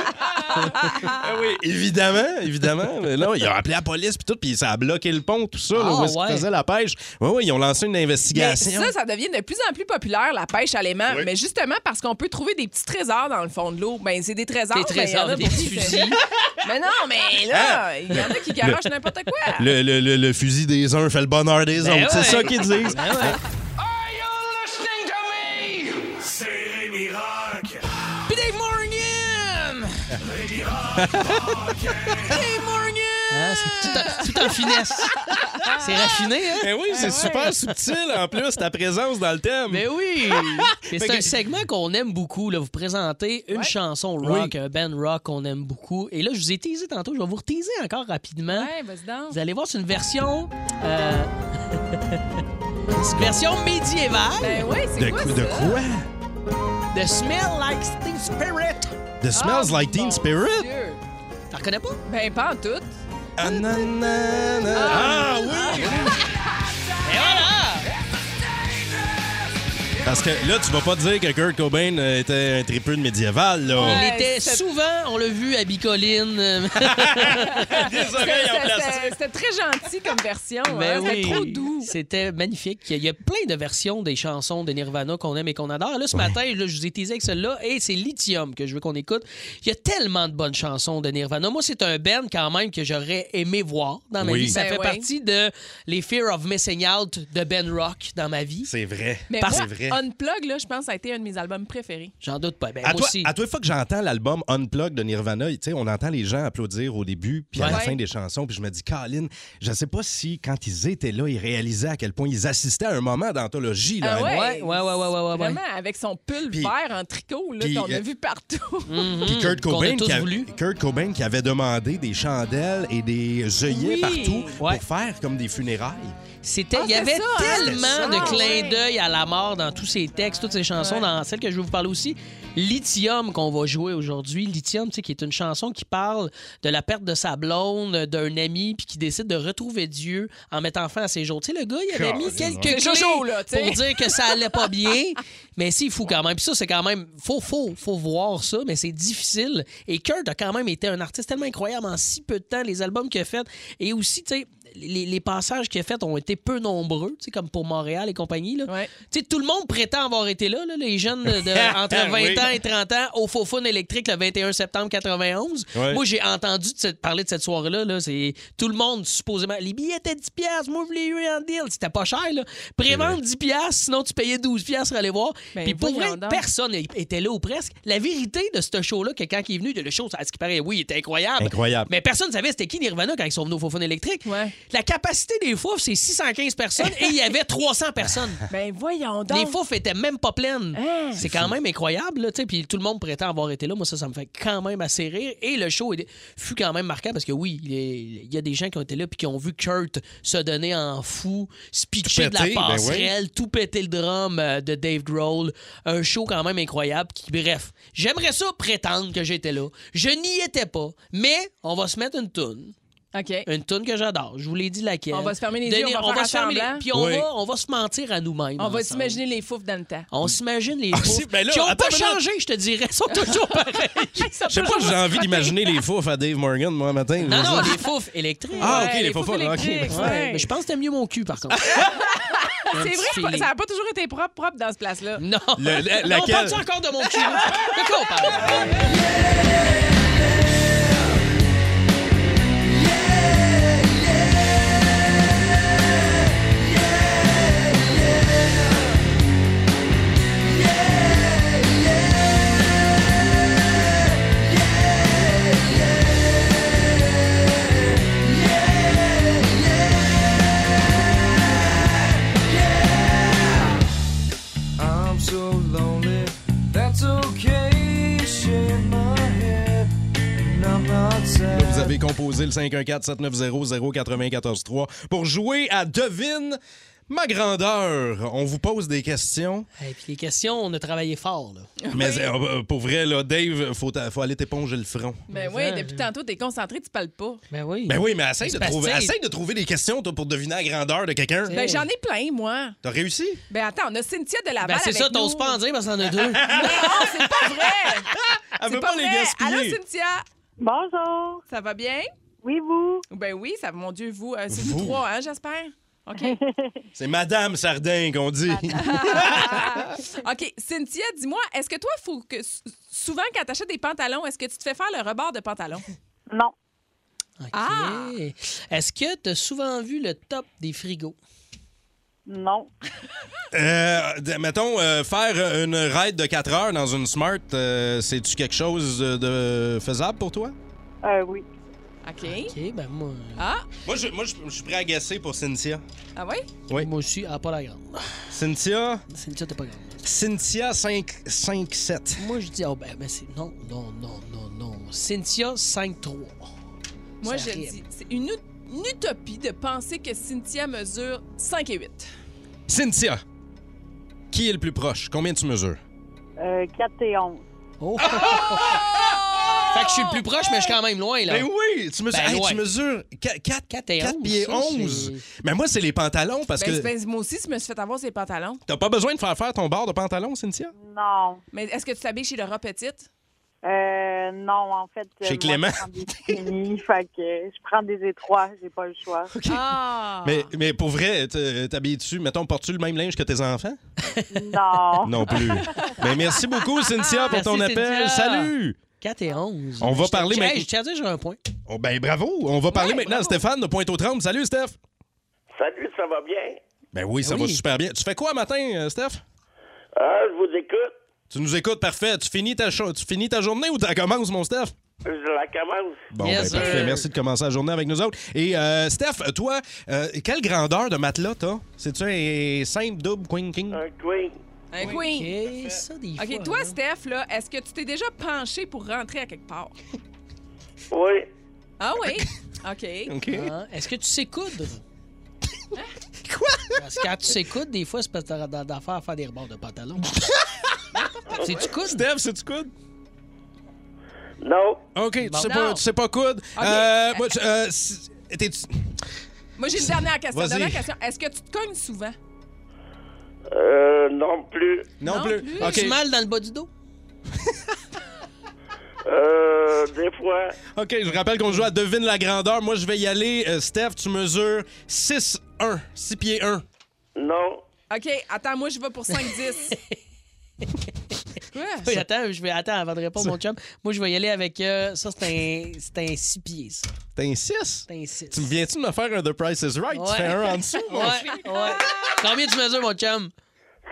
Évidemment, évidemment. Mais là, ils ont appelé la police puis tout, puis ça a bloqué le pont, tout ça, là, Ah, où est-ce qu'ils ouais. faisaient la pêche. Oui, oui, ils ont lancé une Mais investigation. ça, ça devient de plus en plus populaire, la pêche à l'aimant. Oui. Mais justement, parce qu'on peut trouver des petits trésors dans le fond de l'eau. Ben, c'est des trésors. Des ben, il y en a trésors, des pour petits qui fusils. c'est- mais non, mais là, il y en a qui garagent n'importe quoi. Ah! Le, le- le- le fusil des uns fait le bonheur des Ben autres. ouais. C'est ça qu'ils disent. Ben ouais. Are you listening to me? Puis Dave Morgan! Dave Morgan! Ah, Ah, c'est tout, en- tout en finesse. C'est raffiné, hein? Mais Ben oui, c'est super subtil en plus, ta présence dans le thème. Ben Mais oui! Fait Mais c'est que- un segment qu'on aime beaucoup. Là. Vous présentez une chanson rock, un band rock qu'on aime beaucoup. Et là, je vous ai teasé tantôt. Je vais vous reteaser encore rapidement. Ouais, vas-y donc. Vous allez voir, c'est une version... euh, c'est une version médiévale Ben oui, De, c'est quoi cou- de ça? quoi? de Smell Like Teen Spirit. The Smells Ah, Like Teen mon Spirit? Dieu. T'en reconnais pas? Ben, pas en tout. Ah, nanana. Ah, oui! Et voilà! Ah, Parce que là, tu vas pas dire que Kurt Cobain euh, était un tripeux de médiéval, là. Il Ouais, était Ben, c'est- souvent, on l'a vu à Bicoline. euh, Des C'était- oreilles en plastique. C'était c'était très gentil comme version. Ben hein. C'était oui. trop doux. C'était magnifique. Il y a plein de versions des chansons de Nirvana qu'on aime et qu'on adore. Là, ce matin, là, je vous ai teasé avec celle-là et c'est Lithium que je veux qu'on écoute. Il y a tellement de bonnes chansons de Nirvana. Moi, c'est un band quand même que j'aurais aimé voir dans ma Oui. vie. Ça Ben fait oui. partie de les Fear of Missing Out de Ben Rock dans ma vie. C'est vrai. Mais Parce- moi, C'est vrai. Unplug, là, je pense que ça a été un de mes albums préférés. J'en doute pas. Ben, À moi toi, aussi. à toi, fois que j'entends l'album Unplug de Nirvana, tu sais, on entend les gens applaudir au début puis à la Ouais. fin des chansons, puis je me dis, Colin, je sais pas si quand ils étaient là, ils réalisaient à quel point ils assistaient à un moment d'anthologie. là, Ah hein. ouais, ouais, ouais, ouais, ouais, ouais. Vraiment, avec son pull Puis- vert en tricot, là, puis, qu'on a euh, vu partout. Mhm. Puis Kurt Qu'on a Cobain, tous qui a- voulu. Kurt Cobain qui avait demandé des chandelles et des œillets Oui. partout Ouais. pour faire comme des funérailles. C'était, Ah, il y c'est ça, avait hein? tellement C'était ça, de clins ouais. d'œil à la mort dans tous ces textes, toutes ces chansons, Ouais. dans celle que je vais vous parler aussi. Lithium qu'on va jouer aujourd'hui. Lithium, tu sais, qui est une chanson qui parle de la perte de sa blonde, d'un ami, puis qui décide de retrouver Dieu en mettant fin à ses jours. Tu sais, le gars, il avait mis quelques C'est clés Jojo, là, tu sais. pour dire que ça allait pas bien, mais s'il faut quand même. Puis ça, c'est quand même, faut, faut, faut voir ça, mais c'est difficile. Et Kurt a quand même été un artiste tellement incroyable en si peu de temps, les albums qu'il a fait, et aussi, tu sais, les, les passages qu'il a fait ont été peu nombreux, tu sais, comme pour Montréal et compagnie. Là. Ouais. Tu sais, tout le monde prétend avoir été là, là, les jeunes de, de- entre 20 Oui. ans et 30 ans, au faux fun électrique le 21 septembre 91. Ouais. Moi, j'ai entendu de cette- parler de cette soirée-là. Là, c'est tout le monde, supposément. Les billets étaient 10 piastres. Moi, je l'ai eu en deal. C'était pas cher. Là. Prévente 10 piastres, sinon tu payais 12 piastres pour aller voir. Ben, Puis pour vrai, voyons donc. personne était là ou presque. La vérité de ce show-là, que quand il est venu, de le show, à ce qui paraît, oui, il était incroyable. Incroyable. ben, Mais personne ne savait c'était qui Nirvana quand ils sont venus au faux fun électrique. Ouais. La capacité des foufs, c'est 615 personnes et il y avait 300 personnes. Ben voyons donc. Les foufs étaient même pas pleines. Hein? C'est quand même incroyable, là, tu sais. Puis tout le monde prétend avoir été là. Moi, ça, ça me fait quand même assez rire. Et le show est- fut quand même marquant parce que oui, il est- il y a des gens qui ont été là puis qui ont vu Kurt se donner en fou, se pitcher Tout de la péter, ben passerelle, tout péter le drum euh, de Dave Grohl. Un show quand même incroyable. Qui, bref, j'aimerais ça prétendre que j'étais là. Je n'y étais pas, mais on va se mettre une toune. OK. Une toune que j'adore. Je vous l'ai dit laquelle. On va se fermer les yeux, Denis- on va faire se fermer les- semblant. Puis on, Oui. va, on va se mentir à nous-mêmes. On va ensemble. s'imaginer les foufs dans le temps. On s'imagine les Ah, pauvres si, ben là, qui ont attends pas une minute. changé, je te dirais. Ils sont toujours pareils. Je sais pas si j'ai envie d'imaginer les foufs à Dave Morgan, moi, un matin. non, non, les foufs électriques. Ah, OK, Ouais, les les foufs, foufs OK. électriques, Ouais, ouais. mais je pense que t'as mieux mon cul, par contre. Un C'est petit vrai, c'est feeling. pas- ça n'a pas toujours été propre, propre dans ce place-là. Non. Le- la- Non, on laquelle? parle encore de mon cul? De quoi on parle? I'm so lonely, that's okay. Shake my head, and I'm not sad. Vous avez composé le 514-790-0943 pour jouer à Devine ma grandeur. On vous pose des questions, Et puis les questions, on a travaillé fort. Là. mais euh, pour vrai, là, Dave, faut, t'a- faut aller t'éponger le front. Ben oui, depuis tantôt, t'es concentré, tu parles pas. Ben oui. Ben oui, mais essaye C'est de, parce trouver, que- essaye de trouver des questions toi, pour deviner la grandeur de quelqu'un. Ben j'en ai plein, moi. T'as réussi? Ben attends, on a Cynthia de Laval Ben, c'est avec ça, t'oses nous. pas en dire parce qu'on en a deux. Mais non, c'est pas vrai. Elle Ah, C'est veut pas pas les vrai. Allô, gaspiller. Cynthia, Bonjour. ça va bien? Oui, vous. Ben oui, ça va, mon Dieu, vous. euh, c'est vous, Vous. trois, hein, j'espère? OK. C'est Madame Sardin qu'on dit. OK. Cynthia, dis-moi, est-ce que toi, faut que s- souvent quand t'achètes des pantalons, est-ce que tu te fais faire le rebord de pantalon? Non. OK. Ah! Est-ce que t'as souvent vu le top des frigos? Non. Euh, d- mettons, euh, faire une ride de 4 heures dans une Smart, euh, c'est-tu quelque chose de faisable pour toi? Euh, oui. OK. OK, ben moi, Ah, Moi, je, moi, je, je suis prêt à gasser pour Cynthia. ah oui? Oui. moi aussi, ah, pas la grande. Cynthia, C'est t'es pas grande. Cynthia 5, 5 7. Moi, je dis, ah ben, ben, c'est... Non, non, non, non, non. Cynthia 5-3. Moi, Ça je rime. dis, c'est une, ut- une utopie de penser que Cynthia mesure 5 et 8. Cynthia, qui est le plus proche? Combien tu mesures? Euh, 4 et 11. Oh! Fait que je suis le plus proche, mais je suis quand même loin, là. Ah! Mais Eh oui, tu mesures, Ben, hey, loin. tu mesures 4, 4, et 4 onze, pieds ça, 11. Mais moi, c'est les pantalons parce Ben, que ben, moi aussi, tu me suis fait avoir ces pantalons. t'as pas besoin de faire faire ton bord de pantalon, Cynthia? Non. Mais est-ce que tu t'habilles chez Laura Petite? Euh, non, en fait. Chez moi, Clément. Je prends des bikinis, fait que je prends des étroits, j'ai pas le choix. Ah! Mais, mais pour vrai, t- euh, t'habilles-tu, mettons, portes-tu le même linge que tes enfants? Non. Non plus. Mais merci beaucoup, Cynthia, pour Merci, ton appel. Cynthia. Salut! 4 et 11. On va Je te- parler Hey, maintenant- Je tiens à dire, j'ai un point. Oh, ben bravo! On va parler Ouais, maintenant à bravo. Stéphane de Pointe aux Trembles. Salut, Steph! Salut, ça va bien? Ben oui, ça Ben va oui. super bien. Tu fais quoi matin, euh, Steph? Ah, je vous écoute. Tu nous écoutes, parfait. Tu finis ta, cho- tu finis ta journée ou tu la commences, mon Steph? Je la commence. Bon, ben, parfait. Merci de commencer la journée avec nous autres. Et euh, Steph, toi, euh, quelle grandeur de matelas t'as? C'est-tu un simple, double, queen, king? Un queen. Un queen. OK, toi, Steph, là, est-ce que tu t'es déjà penché pour rentrer à quelque part? Oui. Ah oui? OK. Ah, Est-ce que tu sais coudre? Hein? Quoi? Parce que quand tu sais coudre, des fois, c'est parce que t'as d- d'affaires à faire des rebords de pantalon. C'est-tu coudes? Steph, c'est-tu coudes? Non. OK, tu, Bon. sais Non. pas, tu sais pas coude. OK. Euh, moi, tu- euh, si- t'es-tu- Moi, j'ai une dernière question. Vas-y. Dernière question. Est-ce que tu te cognes souvent? Euh, non plus. non, Non plus. plus. OK. Tu mal dans le bas du dos? Euh, des fois. OK, je vous rappelle qu'on joue à Devine la grandeur. Moi, je vais y aller. Euh, Steph, tu mesures 6-1. 6 pieds 1. Non. OK, attends, moi, je vais pour 5-10. Quoi? Oui, attends, je vais, attends, avant de répondre, mon chum. Moi, je vais y aller avec. euh, ça, c'est un, c'est un 6 pieds, ça. T'es un 6? C'est un 6. Tu me viens-tu de me faire un The Price is Right? Tu Ouais. fais un en dessous? Ouais, ouais. Ah! Combien tu mesures, mon chum? 5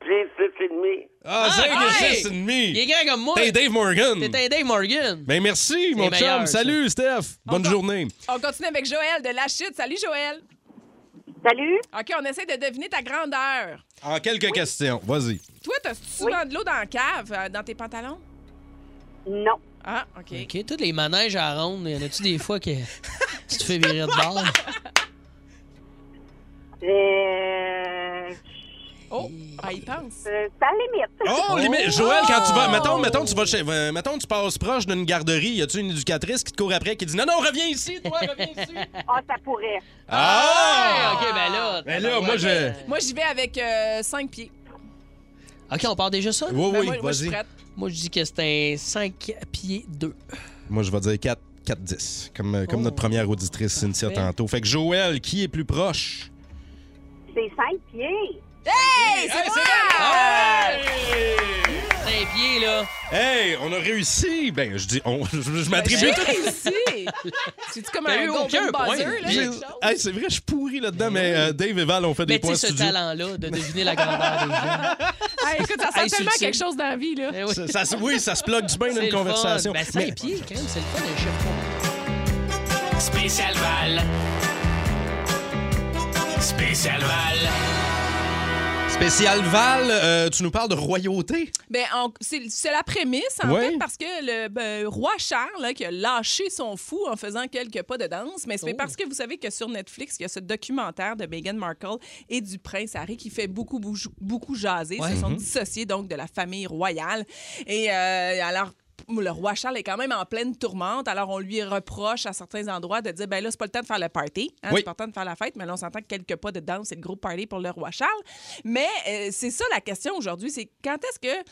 pieds, 6 et demi. Ah, Ah, 5 hey! et 6 et Il est demi. grand comme moi. T'es Dave Morgan. T'es un Dave Morgan. Ben merci, mon meilleur, chum. ça. Salut, Steph. Bonne journée. On continue avec Joël de La Chute. Salut, Joël. Salut. OK, on essaie de deviner ta grandeur. En quelques questions, vas-y. Toi, t'as souvent de l'eau dans la cave, euh, dans tes pantalons? Non. Ah, OK. OK, tous les manèges à la ronde, y en a-tu des fois que tu te fais virer de bord? Euh, Oh, ah, il pense. euh, c'est à la limite. Oh, limite. Joël, quand tu Oh! vas. Mettons, mettons, tu vas chez. euh, mettons, tu passes proche d'une garderie. Y a-tu une éducatrice qui te court après qui dit Non, non, reviens ici, toi, reviens ici. Ah, ça pourrait. Ah! OK, ben là. Ben là, moi, je. Moi, j'y vais avec 5 pieds. OK, on part déjà ça? là? Oui, Ben, Oh oui, moi, moi, je suis vas-y. prête. Moi, je dis que c'est un 5 pieds 2. Moi, je vais dire 4, 4 10, comme, euh, comme Oh. notre première auditrice Cynthia Parfait. tantôt. Fait que Joël, qui est plus proche? C'est cinq pieds. Hey, c'est moi! Cinq pieds, là. Hey, on a réussi! Ben, je dis on. Je, je m'attribue J'ai tout. réussi! C'est-tu comme T'as un eu golden aucun point. buzzer, Ben, là? J'ai- quelque chose? Ben Hey, c'est vrai, je suis pourri là-dedans, mais euh, Dave et Val ont fait Mais des tu sais, points ce studio. talent-là de deviner la grandeur des gens. Hey, Ah, écoute, ça sent tellement Hey, sur le quelque site. chose dans la vie, là. Eh oui. Ça- ça se- oui, ça se plug du bien dans C'est une le fun. conversation. Ben, Mais- 5 pieds, quand même, c'est le fun, un chef. Spécial Val. Spécial Val. Spécial Val, euh, tu nous parles de royauté. Ben, on- c'est c'est la prémisse, en Ouais. fait, parce que le ben, roi Charles, là, qui a lâché son fou en faisant quelques pas de danse, mais c'est Oh. parce que vous savez que sur Netflix, il y a ce documentaire de Meghan Markle et du prince Harry qui fait beaucoup, beaucoup, beaucoup jaser. Ouais. Mm-hmm. Ils se sont dissociés, donc, de la famille royale. Et euh, alors... Le roi Charles est quand même en pleine tourmente, alors on lui reproche à certains endroits de dire ben là c'est pas le temps de faire le party, hein, Oui. c'est pas le temps de faire la fête, mais là on s'entend que quelques pas de danse c'est le gros party pour le roi Charles. Mais euh, c'est ça la question aujourd'hui, c'est quand est-ce que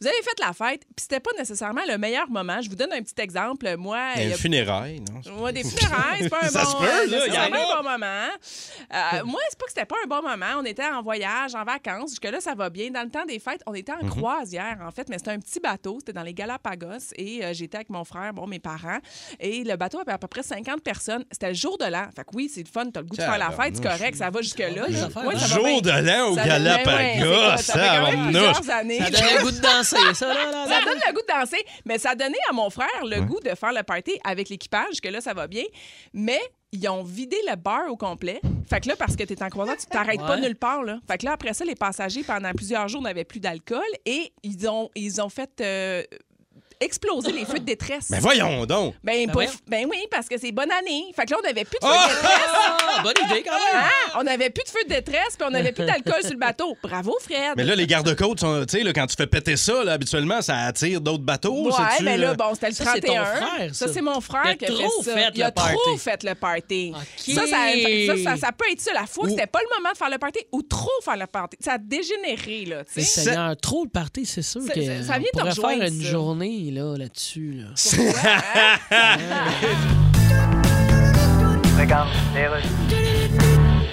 vous avez fait la fête, puis c'était pas nécessairement le meilleur moment. Je vous donne un petit exemple. Moi, il y Une a- Ben, funérailles, non? moi, des funérailles, c'est pas un Ça bon se peut, là, euh, y c'est en pas a. un bon moment. Euh, moi, c'est pas que c'était pas un bon moment. On était en voyage, en vacances. Jusque-là, ça va bien. Dans le temps des fêtes, on était en Mhm. croisière, en fait, mais c'était un petit bateau. C'était dans les Galapagos et euh, j'étais avec mon frère, bon, mes parents. Et le bateau avait à peu près 50 personnes. C'était le jour de l'an. Fait que oui, c'est le fun. T'as le goût de faire la fête, c'est correct. Ça va jusque-là. bien, là. les affaires, Ouais, hein. ça va bien. Jour de l'an au Ça donne- ouais, ouais, Galapagos, ça, c'est ça. Ça fait quand même vamounouche. plusieurs années. Ça donne le goût de danser, ça, là. là, Ça là. donne le goût de danser, mais ça donnait à mon frère le goût de faire le party avec l'équipage, que là, ça va bien. Mais ils ont vidé le bar au complet. Fait que là, parce que t'es en croisant, tu t'arrêtes pas Ouais. nulle part. Là. Fait que là, après ça, les passagers, pendant plusieurs jours, n'avaient plus d'alcool et ils ont, ils ont fait. euh, exploser les feux de détresse. Mais voyons donc! Ben, Ben pour- voyons. ben oui, parce que c'est bonne année. Fait que là, on n'avait plus de feux Ah! de détresse. Ah! Bonne idée, quand même. Hein? On n'avait plus de feux de détresse, puis on n'avait plus d'alcool sur le bateau. Bravo, Fred! Mais là, les gardes-côtes, sont- tu sais, là, quand tu fais péter ça, là, habituellement, ça attire d'autres bateaux. Ouais, sais-tu, ben euh? là, bon, c'était le 31. Ça, c'est mon Il a frère qui a trop fait ça. fait Il a le party. trop fait le party. Ça, ça, ça, ça- ça peut être ça, la fois que c'était pas le moment de faire le party ou trop faire le party. Ça a dégénéré, là, tu sais. Mais Seigneur, trop le party, c'est sûr Ça- que ça- ça vient te on pourrait rejoindre, faire une ça. journée là, là-dessus. Là hein?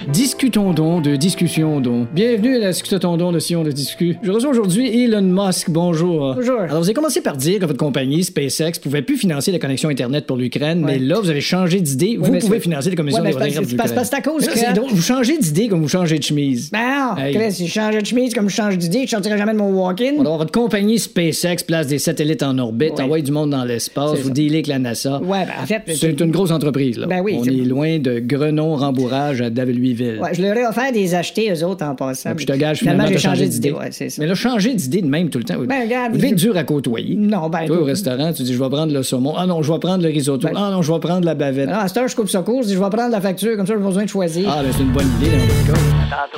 Discutons donc de discussion donc. Bienvenue à la discutons donc de Sion de Discu. Je reçois aujourd'hui Elon Musk. Bonjour. Bonjour. Alors, vous avez commencé par dire que votre compagnie SpaceX pouvait plus financer la connexion Internet pour l'Ukraine, mais là, vous avez changé d'idée. Ouais, vous mais pouvez c'est- financer la commission Ouais, mais des c'est parce- Rodrigues c'est pour parce- parce que l'Ukraine. c'est à cause Là, que- c'est drôle, Vous changez d'idée comme vous changez de chemise. Ben non, Hey. Chris, si je changeais de chemise comme je change d'idée, je sortirais jamais de mon walk-in. Alors, votre compagnie SpaceX place des satellites en orbite, envoie du monde dans l'espace, C'est vous ça. dealez avec la NASA. Ouais, ben, en fait, c'est une grosse entreprise. Là. Ben oui, On c'est- est... loin de Grenon-Rembourrage à Davidouville. Ouais, je leur ai offert des acheter eux autres en passant. Puis je te gage finalement, finalement, j'ai t'as changé d'idée. Ouais, c'est ça. Mais là, changer d'idée de même tout le temps. Ben, regarde, Vous devez je- être dur à côtoyer. Non, ben. Toi, au restaurant, Ah, tu dis, je vais prendre le saumon. Ah non, je vais prendre le risotto. Ah non, je vais prendre la bavette. Non, Ah, à cette heure, je coupe ça court, je dis, je vais prendre la facture, comme ça, j'ai pas besoin de choisir. Ah, ben, c'est une bonne idée, dans votre cas.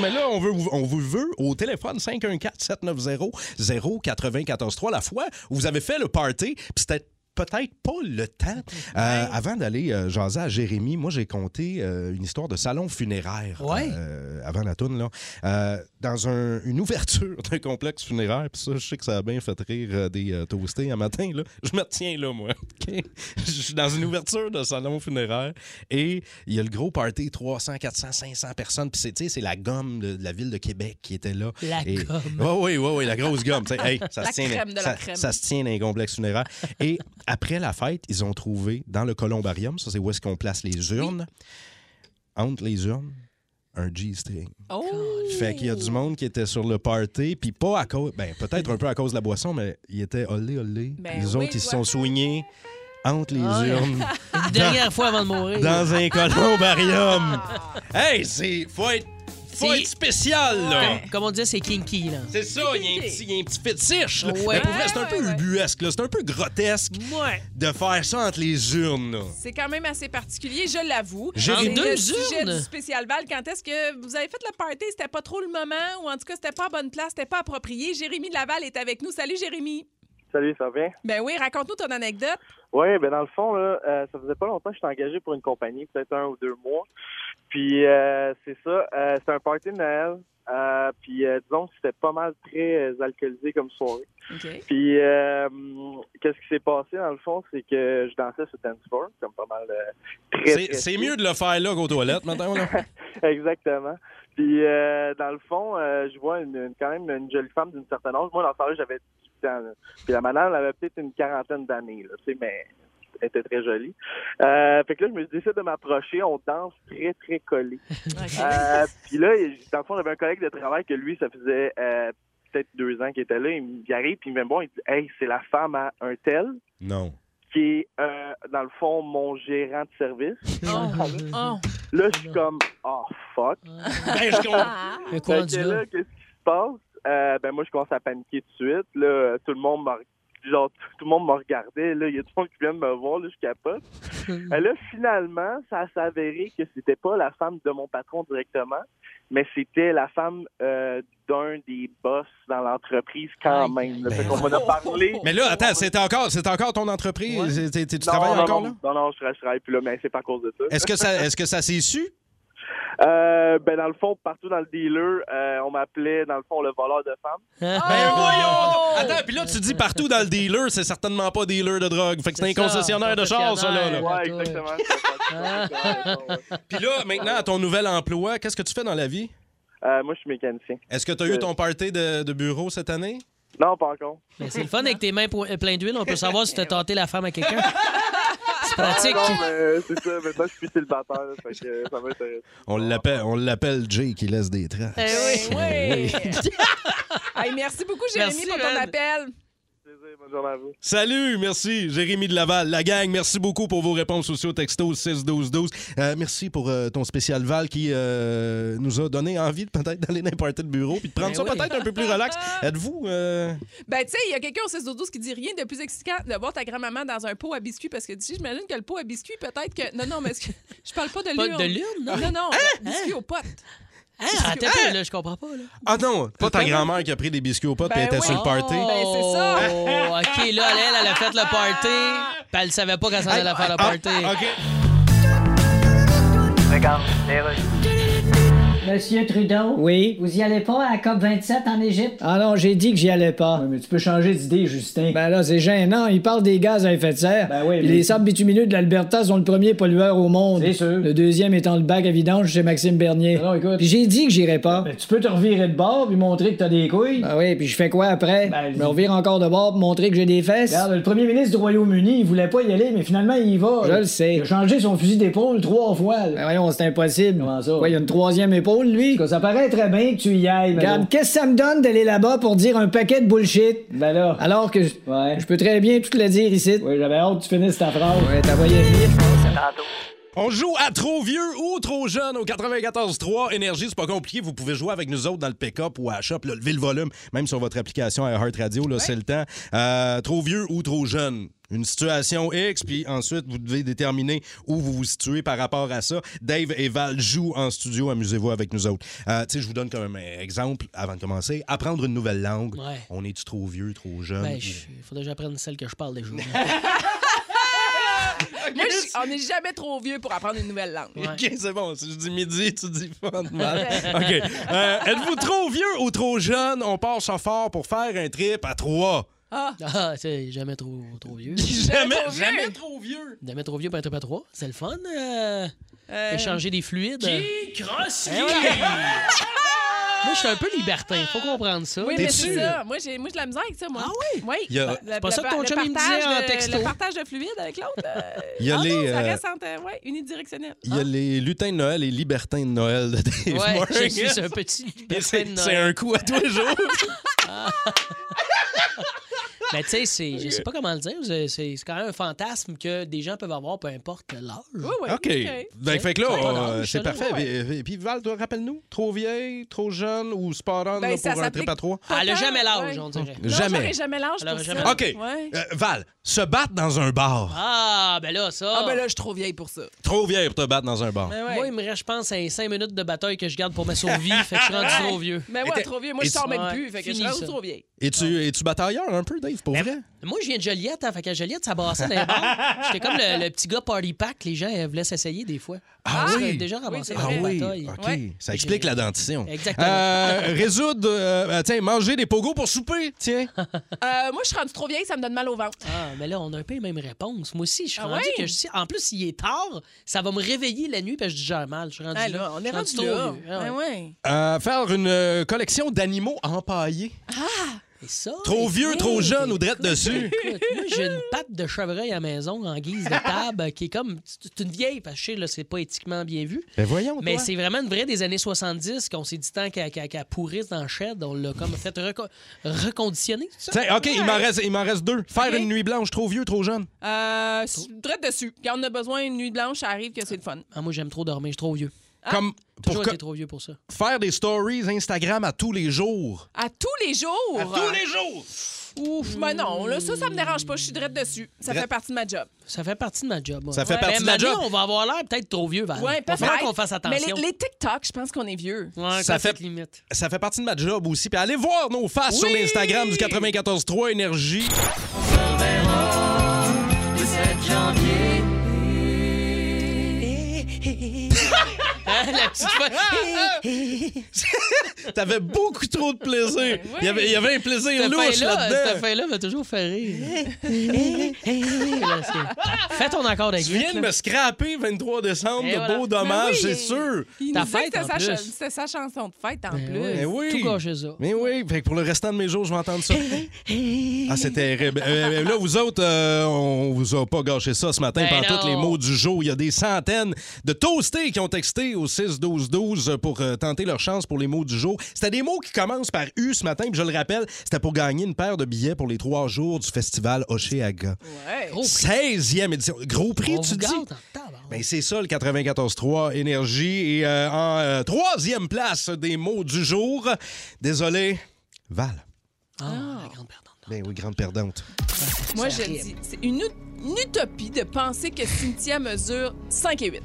Mais là, on, veut, on vous veut au téléphone 514-790-0943 la fois où vous avez fait le party, puis c'était peut-être pas le temps. Euh, Avant d'aller euh, jaser à Jérémy, moi, j'ai compté euh, une histoire de salon funéraire Ouais. euh, avant la toune, là. Euh, dans un- une ouverture d'un complexe funéraire, puis ça, je sais que ça a bien fait rire euh, des euh, toastés un matin, là. Je me tiens là, moi. OK? Je suis dans une ouverture de salon funéraire et il y a le gros party, 300, 400, 500 personnes, puis c'est, tu sais, c'est la gomme de, de la ville de Québec qui était là. La Et- gomme. Oui, oui, oui, oui, la grosse gomme. tu sais. Hey, ça La se tient, crème de la ça- crème. ça se tient dans les complexes funéraires. Et après la fête, ils ont trouvé dans le columbarium, ça c'est où est-ce qu'on place les urnes, entre les urnes, un G-string. Oh, Fait qu'il y a du monde qui était sur le party, puis pas à cause, ben peut-être un peu à cause de la boisson, mais ils étaient olé olé. Ben les oui, autres, ils se sont soignés entre les Ah, urnes. Une dernière fois avant de mourir. oh, Dans un columbarium. hey, c'est. Faut être. Faut C'est- être spécial, là. Comme, comme on disait, c'est kinky, là. C'est ça, il y, a un petit- il y a un petit fétiche. là. Ouais. Mais pour vrai, c'est un peu ubuesque, là. c'est un peu grotesque Ouais. de faire ça entre les urnes. là. C'est quand même assez particulier, je l'avoue. J'ai C'est deux le sujet urnes. du spécial Val. Quand est-ce que vous avez fait le party? C'était pas trop le moment, ou en tout cas, c'était pas à bonne place, c'était pas approprié. Jérémy de Laval est avec nous. Salut, Jérémy. Salut, ça va bien? Ben oui, raconte-nous ton anecdote. Oui, ben dans le fond, là, euh, ça faisait pas longtemps que j'étais engagé pour une compagnie, peut-être un ou deux mois. Puis euh, c'est ça, euh, c'était un party de Noël. Euh, puis euh, disons que c'était pas mal très euh, alcoolisé comme soirée. Puis euh, hum, qu'est-ce qui s'est passé dans le fond, c'est que je dansais sur dance floor, comme pas mal euh, très, C'est très c'est mieux de le faire là qu'aux toilettes, maintenant. là. Exactement. Puis, euh, dans le fond, euh, je vois une, une- quand même une jolie femme d'une certaine âge. Moi, dans ce temps-là, j'avais 18 ans. là. Puis la madame, elle avait peut-être une quarantaine d'années, là, tu sais, mais elle était très jolie. Euh, fait que là, je me décide de m'approcher. On danse très, très collé. Euh, puis là, dans le fond, j'avais un collègue de travail que lui, ça faisait euh, peut-être deux ans qu'il était là. Il me- il arrive, puis il me dit, bon, il dit, hey, c'est la femme à un tel Non. qui est, euh, dans le fond, mon gérant de service. Oh. Ah. Là, je suis comme, oh, fuck. Ben, je comprends. Fait courant que du là, gars. qu'est-ce qui se passe? Euh, ben, moi, je commence à paniquer tout de suite. Là, euh, tout le monde m'a genre, tout, tout le monde me regardait. Là, il y a tout le monde qui vient de me voir. Là, je capote. Euh, là, finalement, ça a s'avéré que c'était pas la femme de mon patron directement, mais c'était la femme euh, d'un des boss dans l'entreprise quand même. là. Fait qu'on m'en a parlé. Mais là, attends, c'est encore, c'est encore ton entreprise? T'es- t'es- Tu Non, travailles non, encore non, là? Non, non, je, tra- je travaille plus là, mais c'est pas à cause de ça. Est-ce que ça, est-ce que ça s'est su? Euh, ben, dans le fond, partout dans le dealer, euh, on m'appelait, dans le fond, le voleur de femmes. Ah, Ben Oh! voyons! Attends, puis là, tu dis partout dans le dealer, c'est certainement pas dealer de drogue. Fait que c'est un C'est ça, concessionnaire de char, ça, là. là. Ouais, exactement. Puis là, maintenant, à ton nouvel emploi, qu'est-ce que tu fais dans la vie? Euh, moi, je suis mécanicien. Euh, Est-ce que tu as eu ton party de, de bureau cette année? Non, pas encore. Mais c'est le fun avec tes mains po- euh, pleines d'huile. On peut savoir si t'as tenté la femme à quelqu'un. C'est pratique. Ah, non, mais c'est ça. Maintenant, je suis célibataire, là, fait que ça m'intéresse. On l'appelle, on l'appelle Jay qui laisse des traces. Eh oui. Eh oui. Hey, merci beaucoup, Jérémy, Merci, pour ton Red. appel. plaisir. Bonne journée à vous. Salut, merci, Jérémy de Laval. La gang, merci beaucoup pour vos réponses aussi au texto 6-12-12. Euh, merci pour euh, ton spécial Val qui euh, nous a donné envie de peut-être d'aller n'importe le bureau puis de prendre Ben ça oui. peut-être un peu plus relax. Êtes-vous... euh, Ben, tu sais, il y a quelqu'un au 6-12 qui dit rien de plus excitant de voir ta grand-maman dans un pot à biscuits parce que tu sais, j'imagine que le pot à biscuits, peut-être que. Non, non, mais est-ce que- je parle pas de Pas l'urne. de l'urne, non? Hein? Non, non, biscuits aux potes. Ah, attends, Hein? là, je comprends pas, là. Ah non, pas ta grand-mère qui a pris des biscuits aux potes puis Ben était oui. sur le party. Ben, c'est ça. Oh, OK, là, elle, elle, elle a fait le party, puis elle savait pas qu'elle s'en allait faire le Ah, party. Monsieur Trudeau? Oui? Vous y allez pas à la COP27 en Égypte? Ah non, j'ai dit que j'y allais pas. mais tu peux changer d'idée, Justin. Ben là, c'est gênant. Il parle des gaz à effet de serre. Ben oui, Puis mais- Les sables bitumineux de l'Alberta sont le premier pollueur au monde. C'est sûr. Le deuxième étant le bac à vidange chez Maxime Bernier. Non, écoute. Puis j'ai dit que j'irais pas. Ben, tu peux te revirer de bord puis montrer que t'as des couilles. Ah oui, puis je fais quoi après? Ben, je me revire encore de bord pour montrer que j'ai des fesses? Regarde, le premier ministre du Royaume-Uni, il voulait pas y aller, mais finalement, il y va. Je le sais. Il a changé son fusil d'épaule trois fois. là. Ben voyons, c'est impossible. Comment ça? il y a une troisième épaule, lui? Ça paraît très bien que tu y ailles, mais Regarde, là- qu'est-ce que ça me donne d'aller là-bas pour dire un paquet de bullshit? Ben là. Alors que je je peux très bien tout le dire ici. Oui, j'avais hâte que tu finisses ta phrase. Ouais, t'as voyé venir. On joue à trop vieux ou trop jeune au 94.3 Énergie. C'est pas compliqué. Vous pouvez jouer avec nous autres dans le pick-up ou à la shop. là, lever le volume, même sur votre application iHeartRadio, Radio. Là, C'est le temps. Euh, trop vieux ou trop jeune. Une situation X, puis ensuite, vous devez déterminer où vous vous situez par rapport à ça. Dave et Val jouent en studio. Amusez-vous avec nous autres. Euh, tu sais, je vous donne comme un exemple avant de commencer. Apprendre une nouvelle langue. Ouais. On est-tu trop vieux, trop jeune? Ben, il faudrait que j'apprenne celle que je parle déjà. Ah, Moi, je- on n'est jamais trop vieux pour apprendre une nouvelle langue. OK, c'est bon. Si je dis midi, tu dis fun, man. OK. Euh, Êtes-vous trop vieux ou trop jeune? On part ça fort pour faire un trip à trois. Ah! Ah, tu sais, jamais trop, trop vieux. Jamais, jamais trop vieux. Jamais trop vieux pour être pas trop. C'est le fun. euh, Euh, Échanger des fluides. Guy cross Moi, je suis un peu libertin. Faut comprendre ça. Oui, mais c'est ça. Moi, j'ai moi, j'ai de la misère avec ça, moi. Ah oui? Oui. Il y a- Le- C'est pas le- ça que ton le chum, il me partage disait en de- texto. Le partage de fluide avec l'autre. euh, Il y a ah les, non, ça euh, reste en- euh, ouais, unidirectionnel. Ah. Il y a les lutins de Noël et libertins de Noël de Dave Ouais, Morgan. je suis un petit libertin de C'est- C'est un Noël. coup à tous les jours. Mais tu sais, c'est- je sais pas comment le dire. c'est- C'est c'est quand même un fantasme que des gens peuvent avoir, peu importe l'âge. Oui, OK. Ben, fait que là, euh, c'est parfait. Puis- Puis Val, toi, rappelle-nous, trop vieille, trop jeune ou sport on Ben, là, ça pour un trip s'applique à trois? pas Elle a tant, Ah, jamais l'âge, ouais. on dirait. Non, Jamais. j'aurais jamais l'âge Elle pour aurait ça. jamais- OK. Ouais. Euh, Val, se battre dans un bar. Ah, ben là, ça. Ah, ben là, ben je suis trop vieille pour ça. Trop vieille pour te battre dans un bar. Moi, il me reste, je pense, un 5 minutes de bataille que je garde pour ma survie. fait que je suis rendu trop vieux. Mais Ben ouais, trop vieille. Moi, je Et- sors même Ouais, plus. Fait que je suis fini, rendue ça. trop vieille. Ah. Es-tu es-tu batailleur un peu, Dave, pour Ben, vrai? Moi, je viens de Joliette. Hein, fait qu'à Joliette, ça brassait dans les bars. J'étais comme le, le petit gars party pack. Les gens euh, voulaient s'essayer des fois. Ah Je oui? l'ai déjà ramassé Ah dans oui, une bataille. OK. Ça explique la dentition. Exactement. Euh, résoudre, euh, euh, tiens, manger des pogos pour souper, tiens. Euh, moi, je suis rendue trop vieille, ça me donne mal au ventre. Ah, mais là, on a un peu les mêmes réponses. Moi aussi, je suis Ah rendu ouais? que je suis. En plus, il est tard, ça va me réveiller la nuit parce que je digère mal. Je suis rendu Ben Ah, là. là, on est rendu trop là. vieux. Ah, Ben ouais. ouais. Euh, faire une euh, collection d'animaux empaillés. Ah, Et ça, Trop écoute, vieux, trop jeune ou drette dessus. écoute, moi, j'ai une patte de chevreuil à la maison en guise de table euh, qui est comme. C'est une vieille, parce que je sais, là, c'est pas éthiquement bien vu. Ben voyons, Mais toi. c'est vraiment une vraie des années 70 qu'on s'est dit tant qu'à qu'à- qu'à pourrisse dans le shed, on l'a comme fait reco- reconditionner. c'est ça? Tiens, OK, il m'en reste, il m'en reste deux. Faire OK. une nuit blanche, trop vieux, trop jeune. Euh, drette dessus. Quand on a besoin d'une nuit blanche, ça arrive que c'est le fun. Ah, moi, j'aime trop dormir, je suis trop vieux. Comme Ah, Toujours pour été que- trop vieux pour ça. faire des stories Instagram à tous les jours. À tous les jours. À tous les jours. Ouf, mais non, là, ça, ça me dérange pas. Je suis drette dessus. Ça Drette- fait partie de ma job. Ça fait partie de ma job. moi. Ça fait partie Mais de ma Manu, job. on va avoir l'air peut-être trop vieux, Val. Ouais, Il va Ah, falloir peut-être. qu'on fasse attention. Mais les, les TikTok, je pense qu'on est vieux. Ouais, Ça ça fait- Ah, fait limite. Ça fait partie de ma job aussi. Puis allez voir nos faces sur l'Instagram du 94.3 Énergie. La petite fois. T'avais beaucoup trop de plaisir. Il y avait, il y avait un plaisir Cette louche fin-là cette là-dedans. fin-là m'a toujours fait rire. Parce que- Fais ton accord avec Tu viens de me scraper 23 décembre, de beau dommage, Ben c'est oui, sûr. Il Ta nous disait fête, que en c'était plus. Ben sa, ch- c'était sa chanson de fête, en plus. Mais oui. Tout gâché ça. Mais oui, fait que pour le restant de mes jours, je vais entendre ça. Ah, c'est terrible. Euh, là, vous autres, euh, on vous a pas gâché ça ce matin Ben par tous les non. mots du jour. Il y a des centaines de toastés qui ont texté au 6-12-12 pour euh, tenter leur chance pour les mots du jour. C'était des mots qui commencent par U ce matin, puis je le rappelle, c'était pour gagner une paire de billets pour les trois jours du festival Oceaga. Ouais. 16e édition. Gros prix, On tu vous dis? hein? gâte Ben, c'est ça, le 94-3 Énergie. Et euh, en euh, troisième place des mots du jour, désolé, Val. Ah, Ben oui, grande perdante. Ah. Moi, je dis, c'est une, ut- une utopie de penser que Cynthia mesure 5 et 8.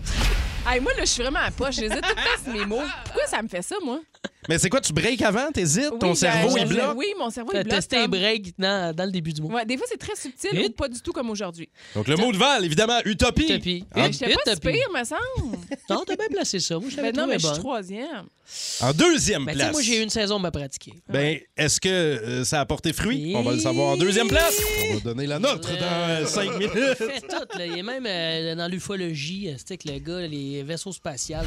Hey, moi, là, je suis vraiment à poche. Je les ai tout passé mes mots. Pourquoi ça me fait ça, moi? Mais c'est quoi, tu breaks avant, t'hésites, ton Oui, cerveau ben, il je- bloque? Oui, mon cerveau, T'as il bloque. testé Tom. les breaks dans, dans le début du mois. Ouais, des fois, c'est très subtil Vite. ou pas du tout comme aujourd'hui. Donc le mot de Val, évidemment, utopie. Utopie. En, Je sais pas si pire, me semble. Non, t'as bien placé ça. Moi, je l'avais Ben non, trouvé mais je suis bonne. troisième. Euh, en deuxième Ben, tu sais, place. moi, j'ai eu une saison à me pratiquer. Ben, est-ce que euh, ça a porté fruit? On va le savoir en deuxième place. On va donner la nôtre dans euh, cinq minutes. Il fait tout. Là. Il est même euh, dans l'ufologie, euh, c'est que le gars, les vaisseaux spatials.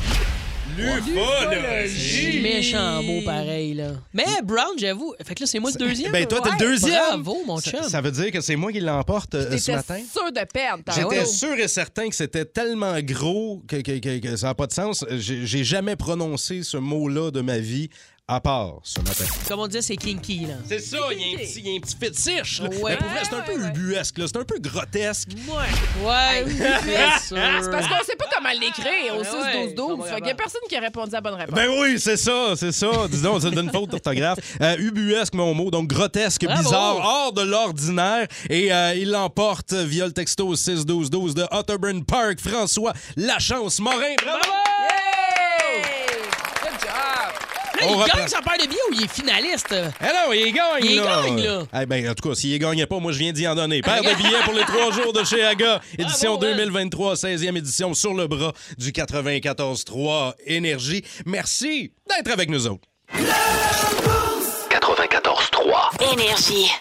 L'ufologie! Méchant beau, pareil, là. Mais Brown, j'avoue. Fait que là, c'est moi le deuxième. Ben, toi, t'es le Ouais, deuxième. Bravo, mon Ça- chum. Ça veut dire que c'est moi qui l'emporte euh, ce T'étais matin. sûr de perdre. Ben t'as J'étais raison. sûr et certain que c'était tellement gros que, que- que- que ça n'a pas de sens. J'ai j'ai jamais prononcé ce mot-là de ma vie à part ce matin. Comme on disait, c'est kinky, là. C'est ça, il y a un petit, il y a un petit fétiche. là. Ouais. Mais pour vrai, c'est un peu ubuesque, là. c'est un peu grotesque. Ouais, Mais C'est parce qu'on sait pas comment l'écrire au Ben ouais, 6-12-12. Fait qu'il y a personne qui a répondu à la bonne réponse. Ben oui, c'est ça, c'est ça. Disons, c'est une faute d'orthographe. Euh, ubuesque, mon mot, donc grotesque, Bravo. bizarre, hors de l'ordinaire. Et euh, il l'emporte via le texto 6-12-12 de Otterburn Park, François Lachance Morin. Bravo! Hey! Good job! Là, On il reprend. gagne sa paire de billets ou il est finaliste? Eh non, il gagne, Il là! gagne, là. Eh ben, en tout cas, s'il ne gagnait pas, moi, je viens d'y en donner. Paire de billets pour les trois jours de chez Ah, Aga, hein? édition 2023, 16e édition, sur le bras du 94-3 Énergie. Merci d'être avec nous autres. 94-3. Énergie.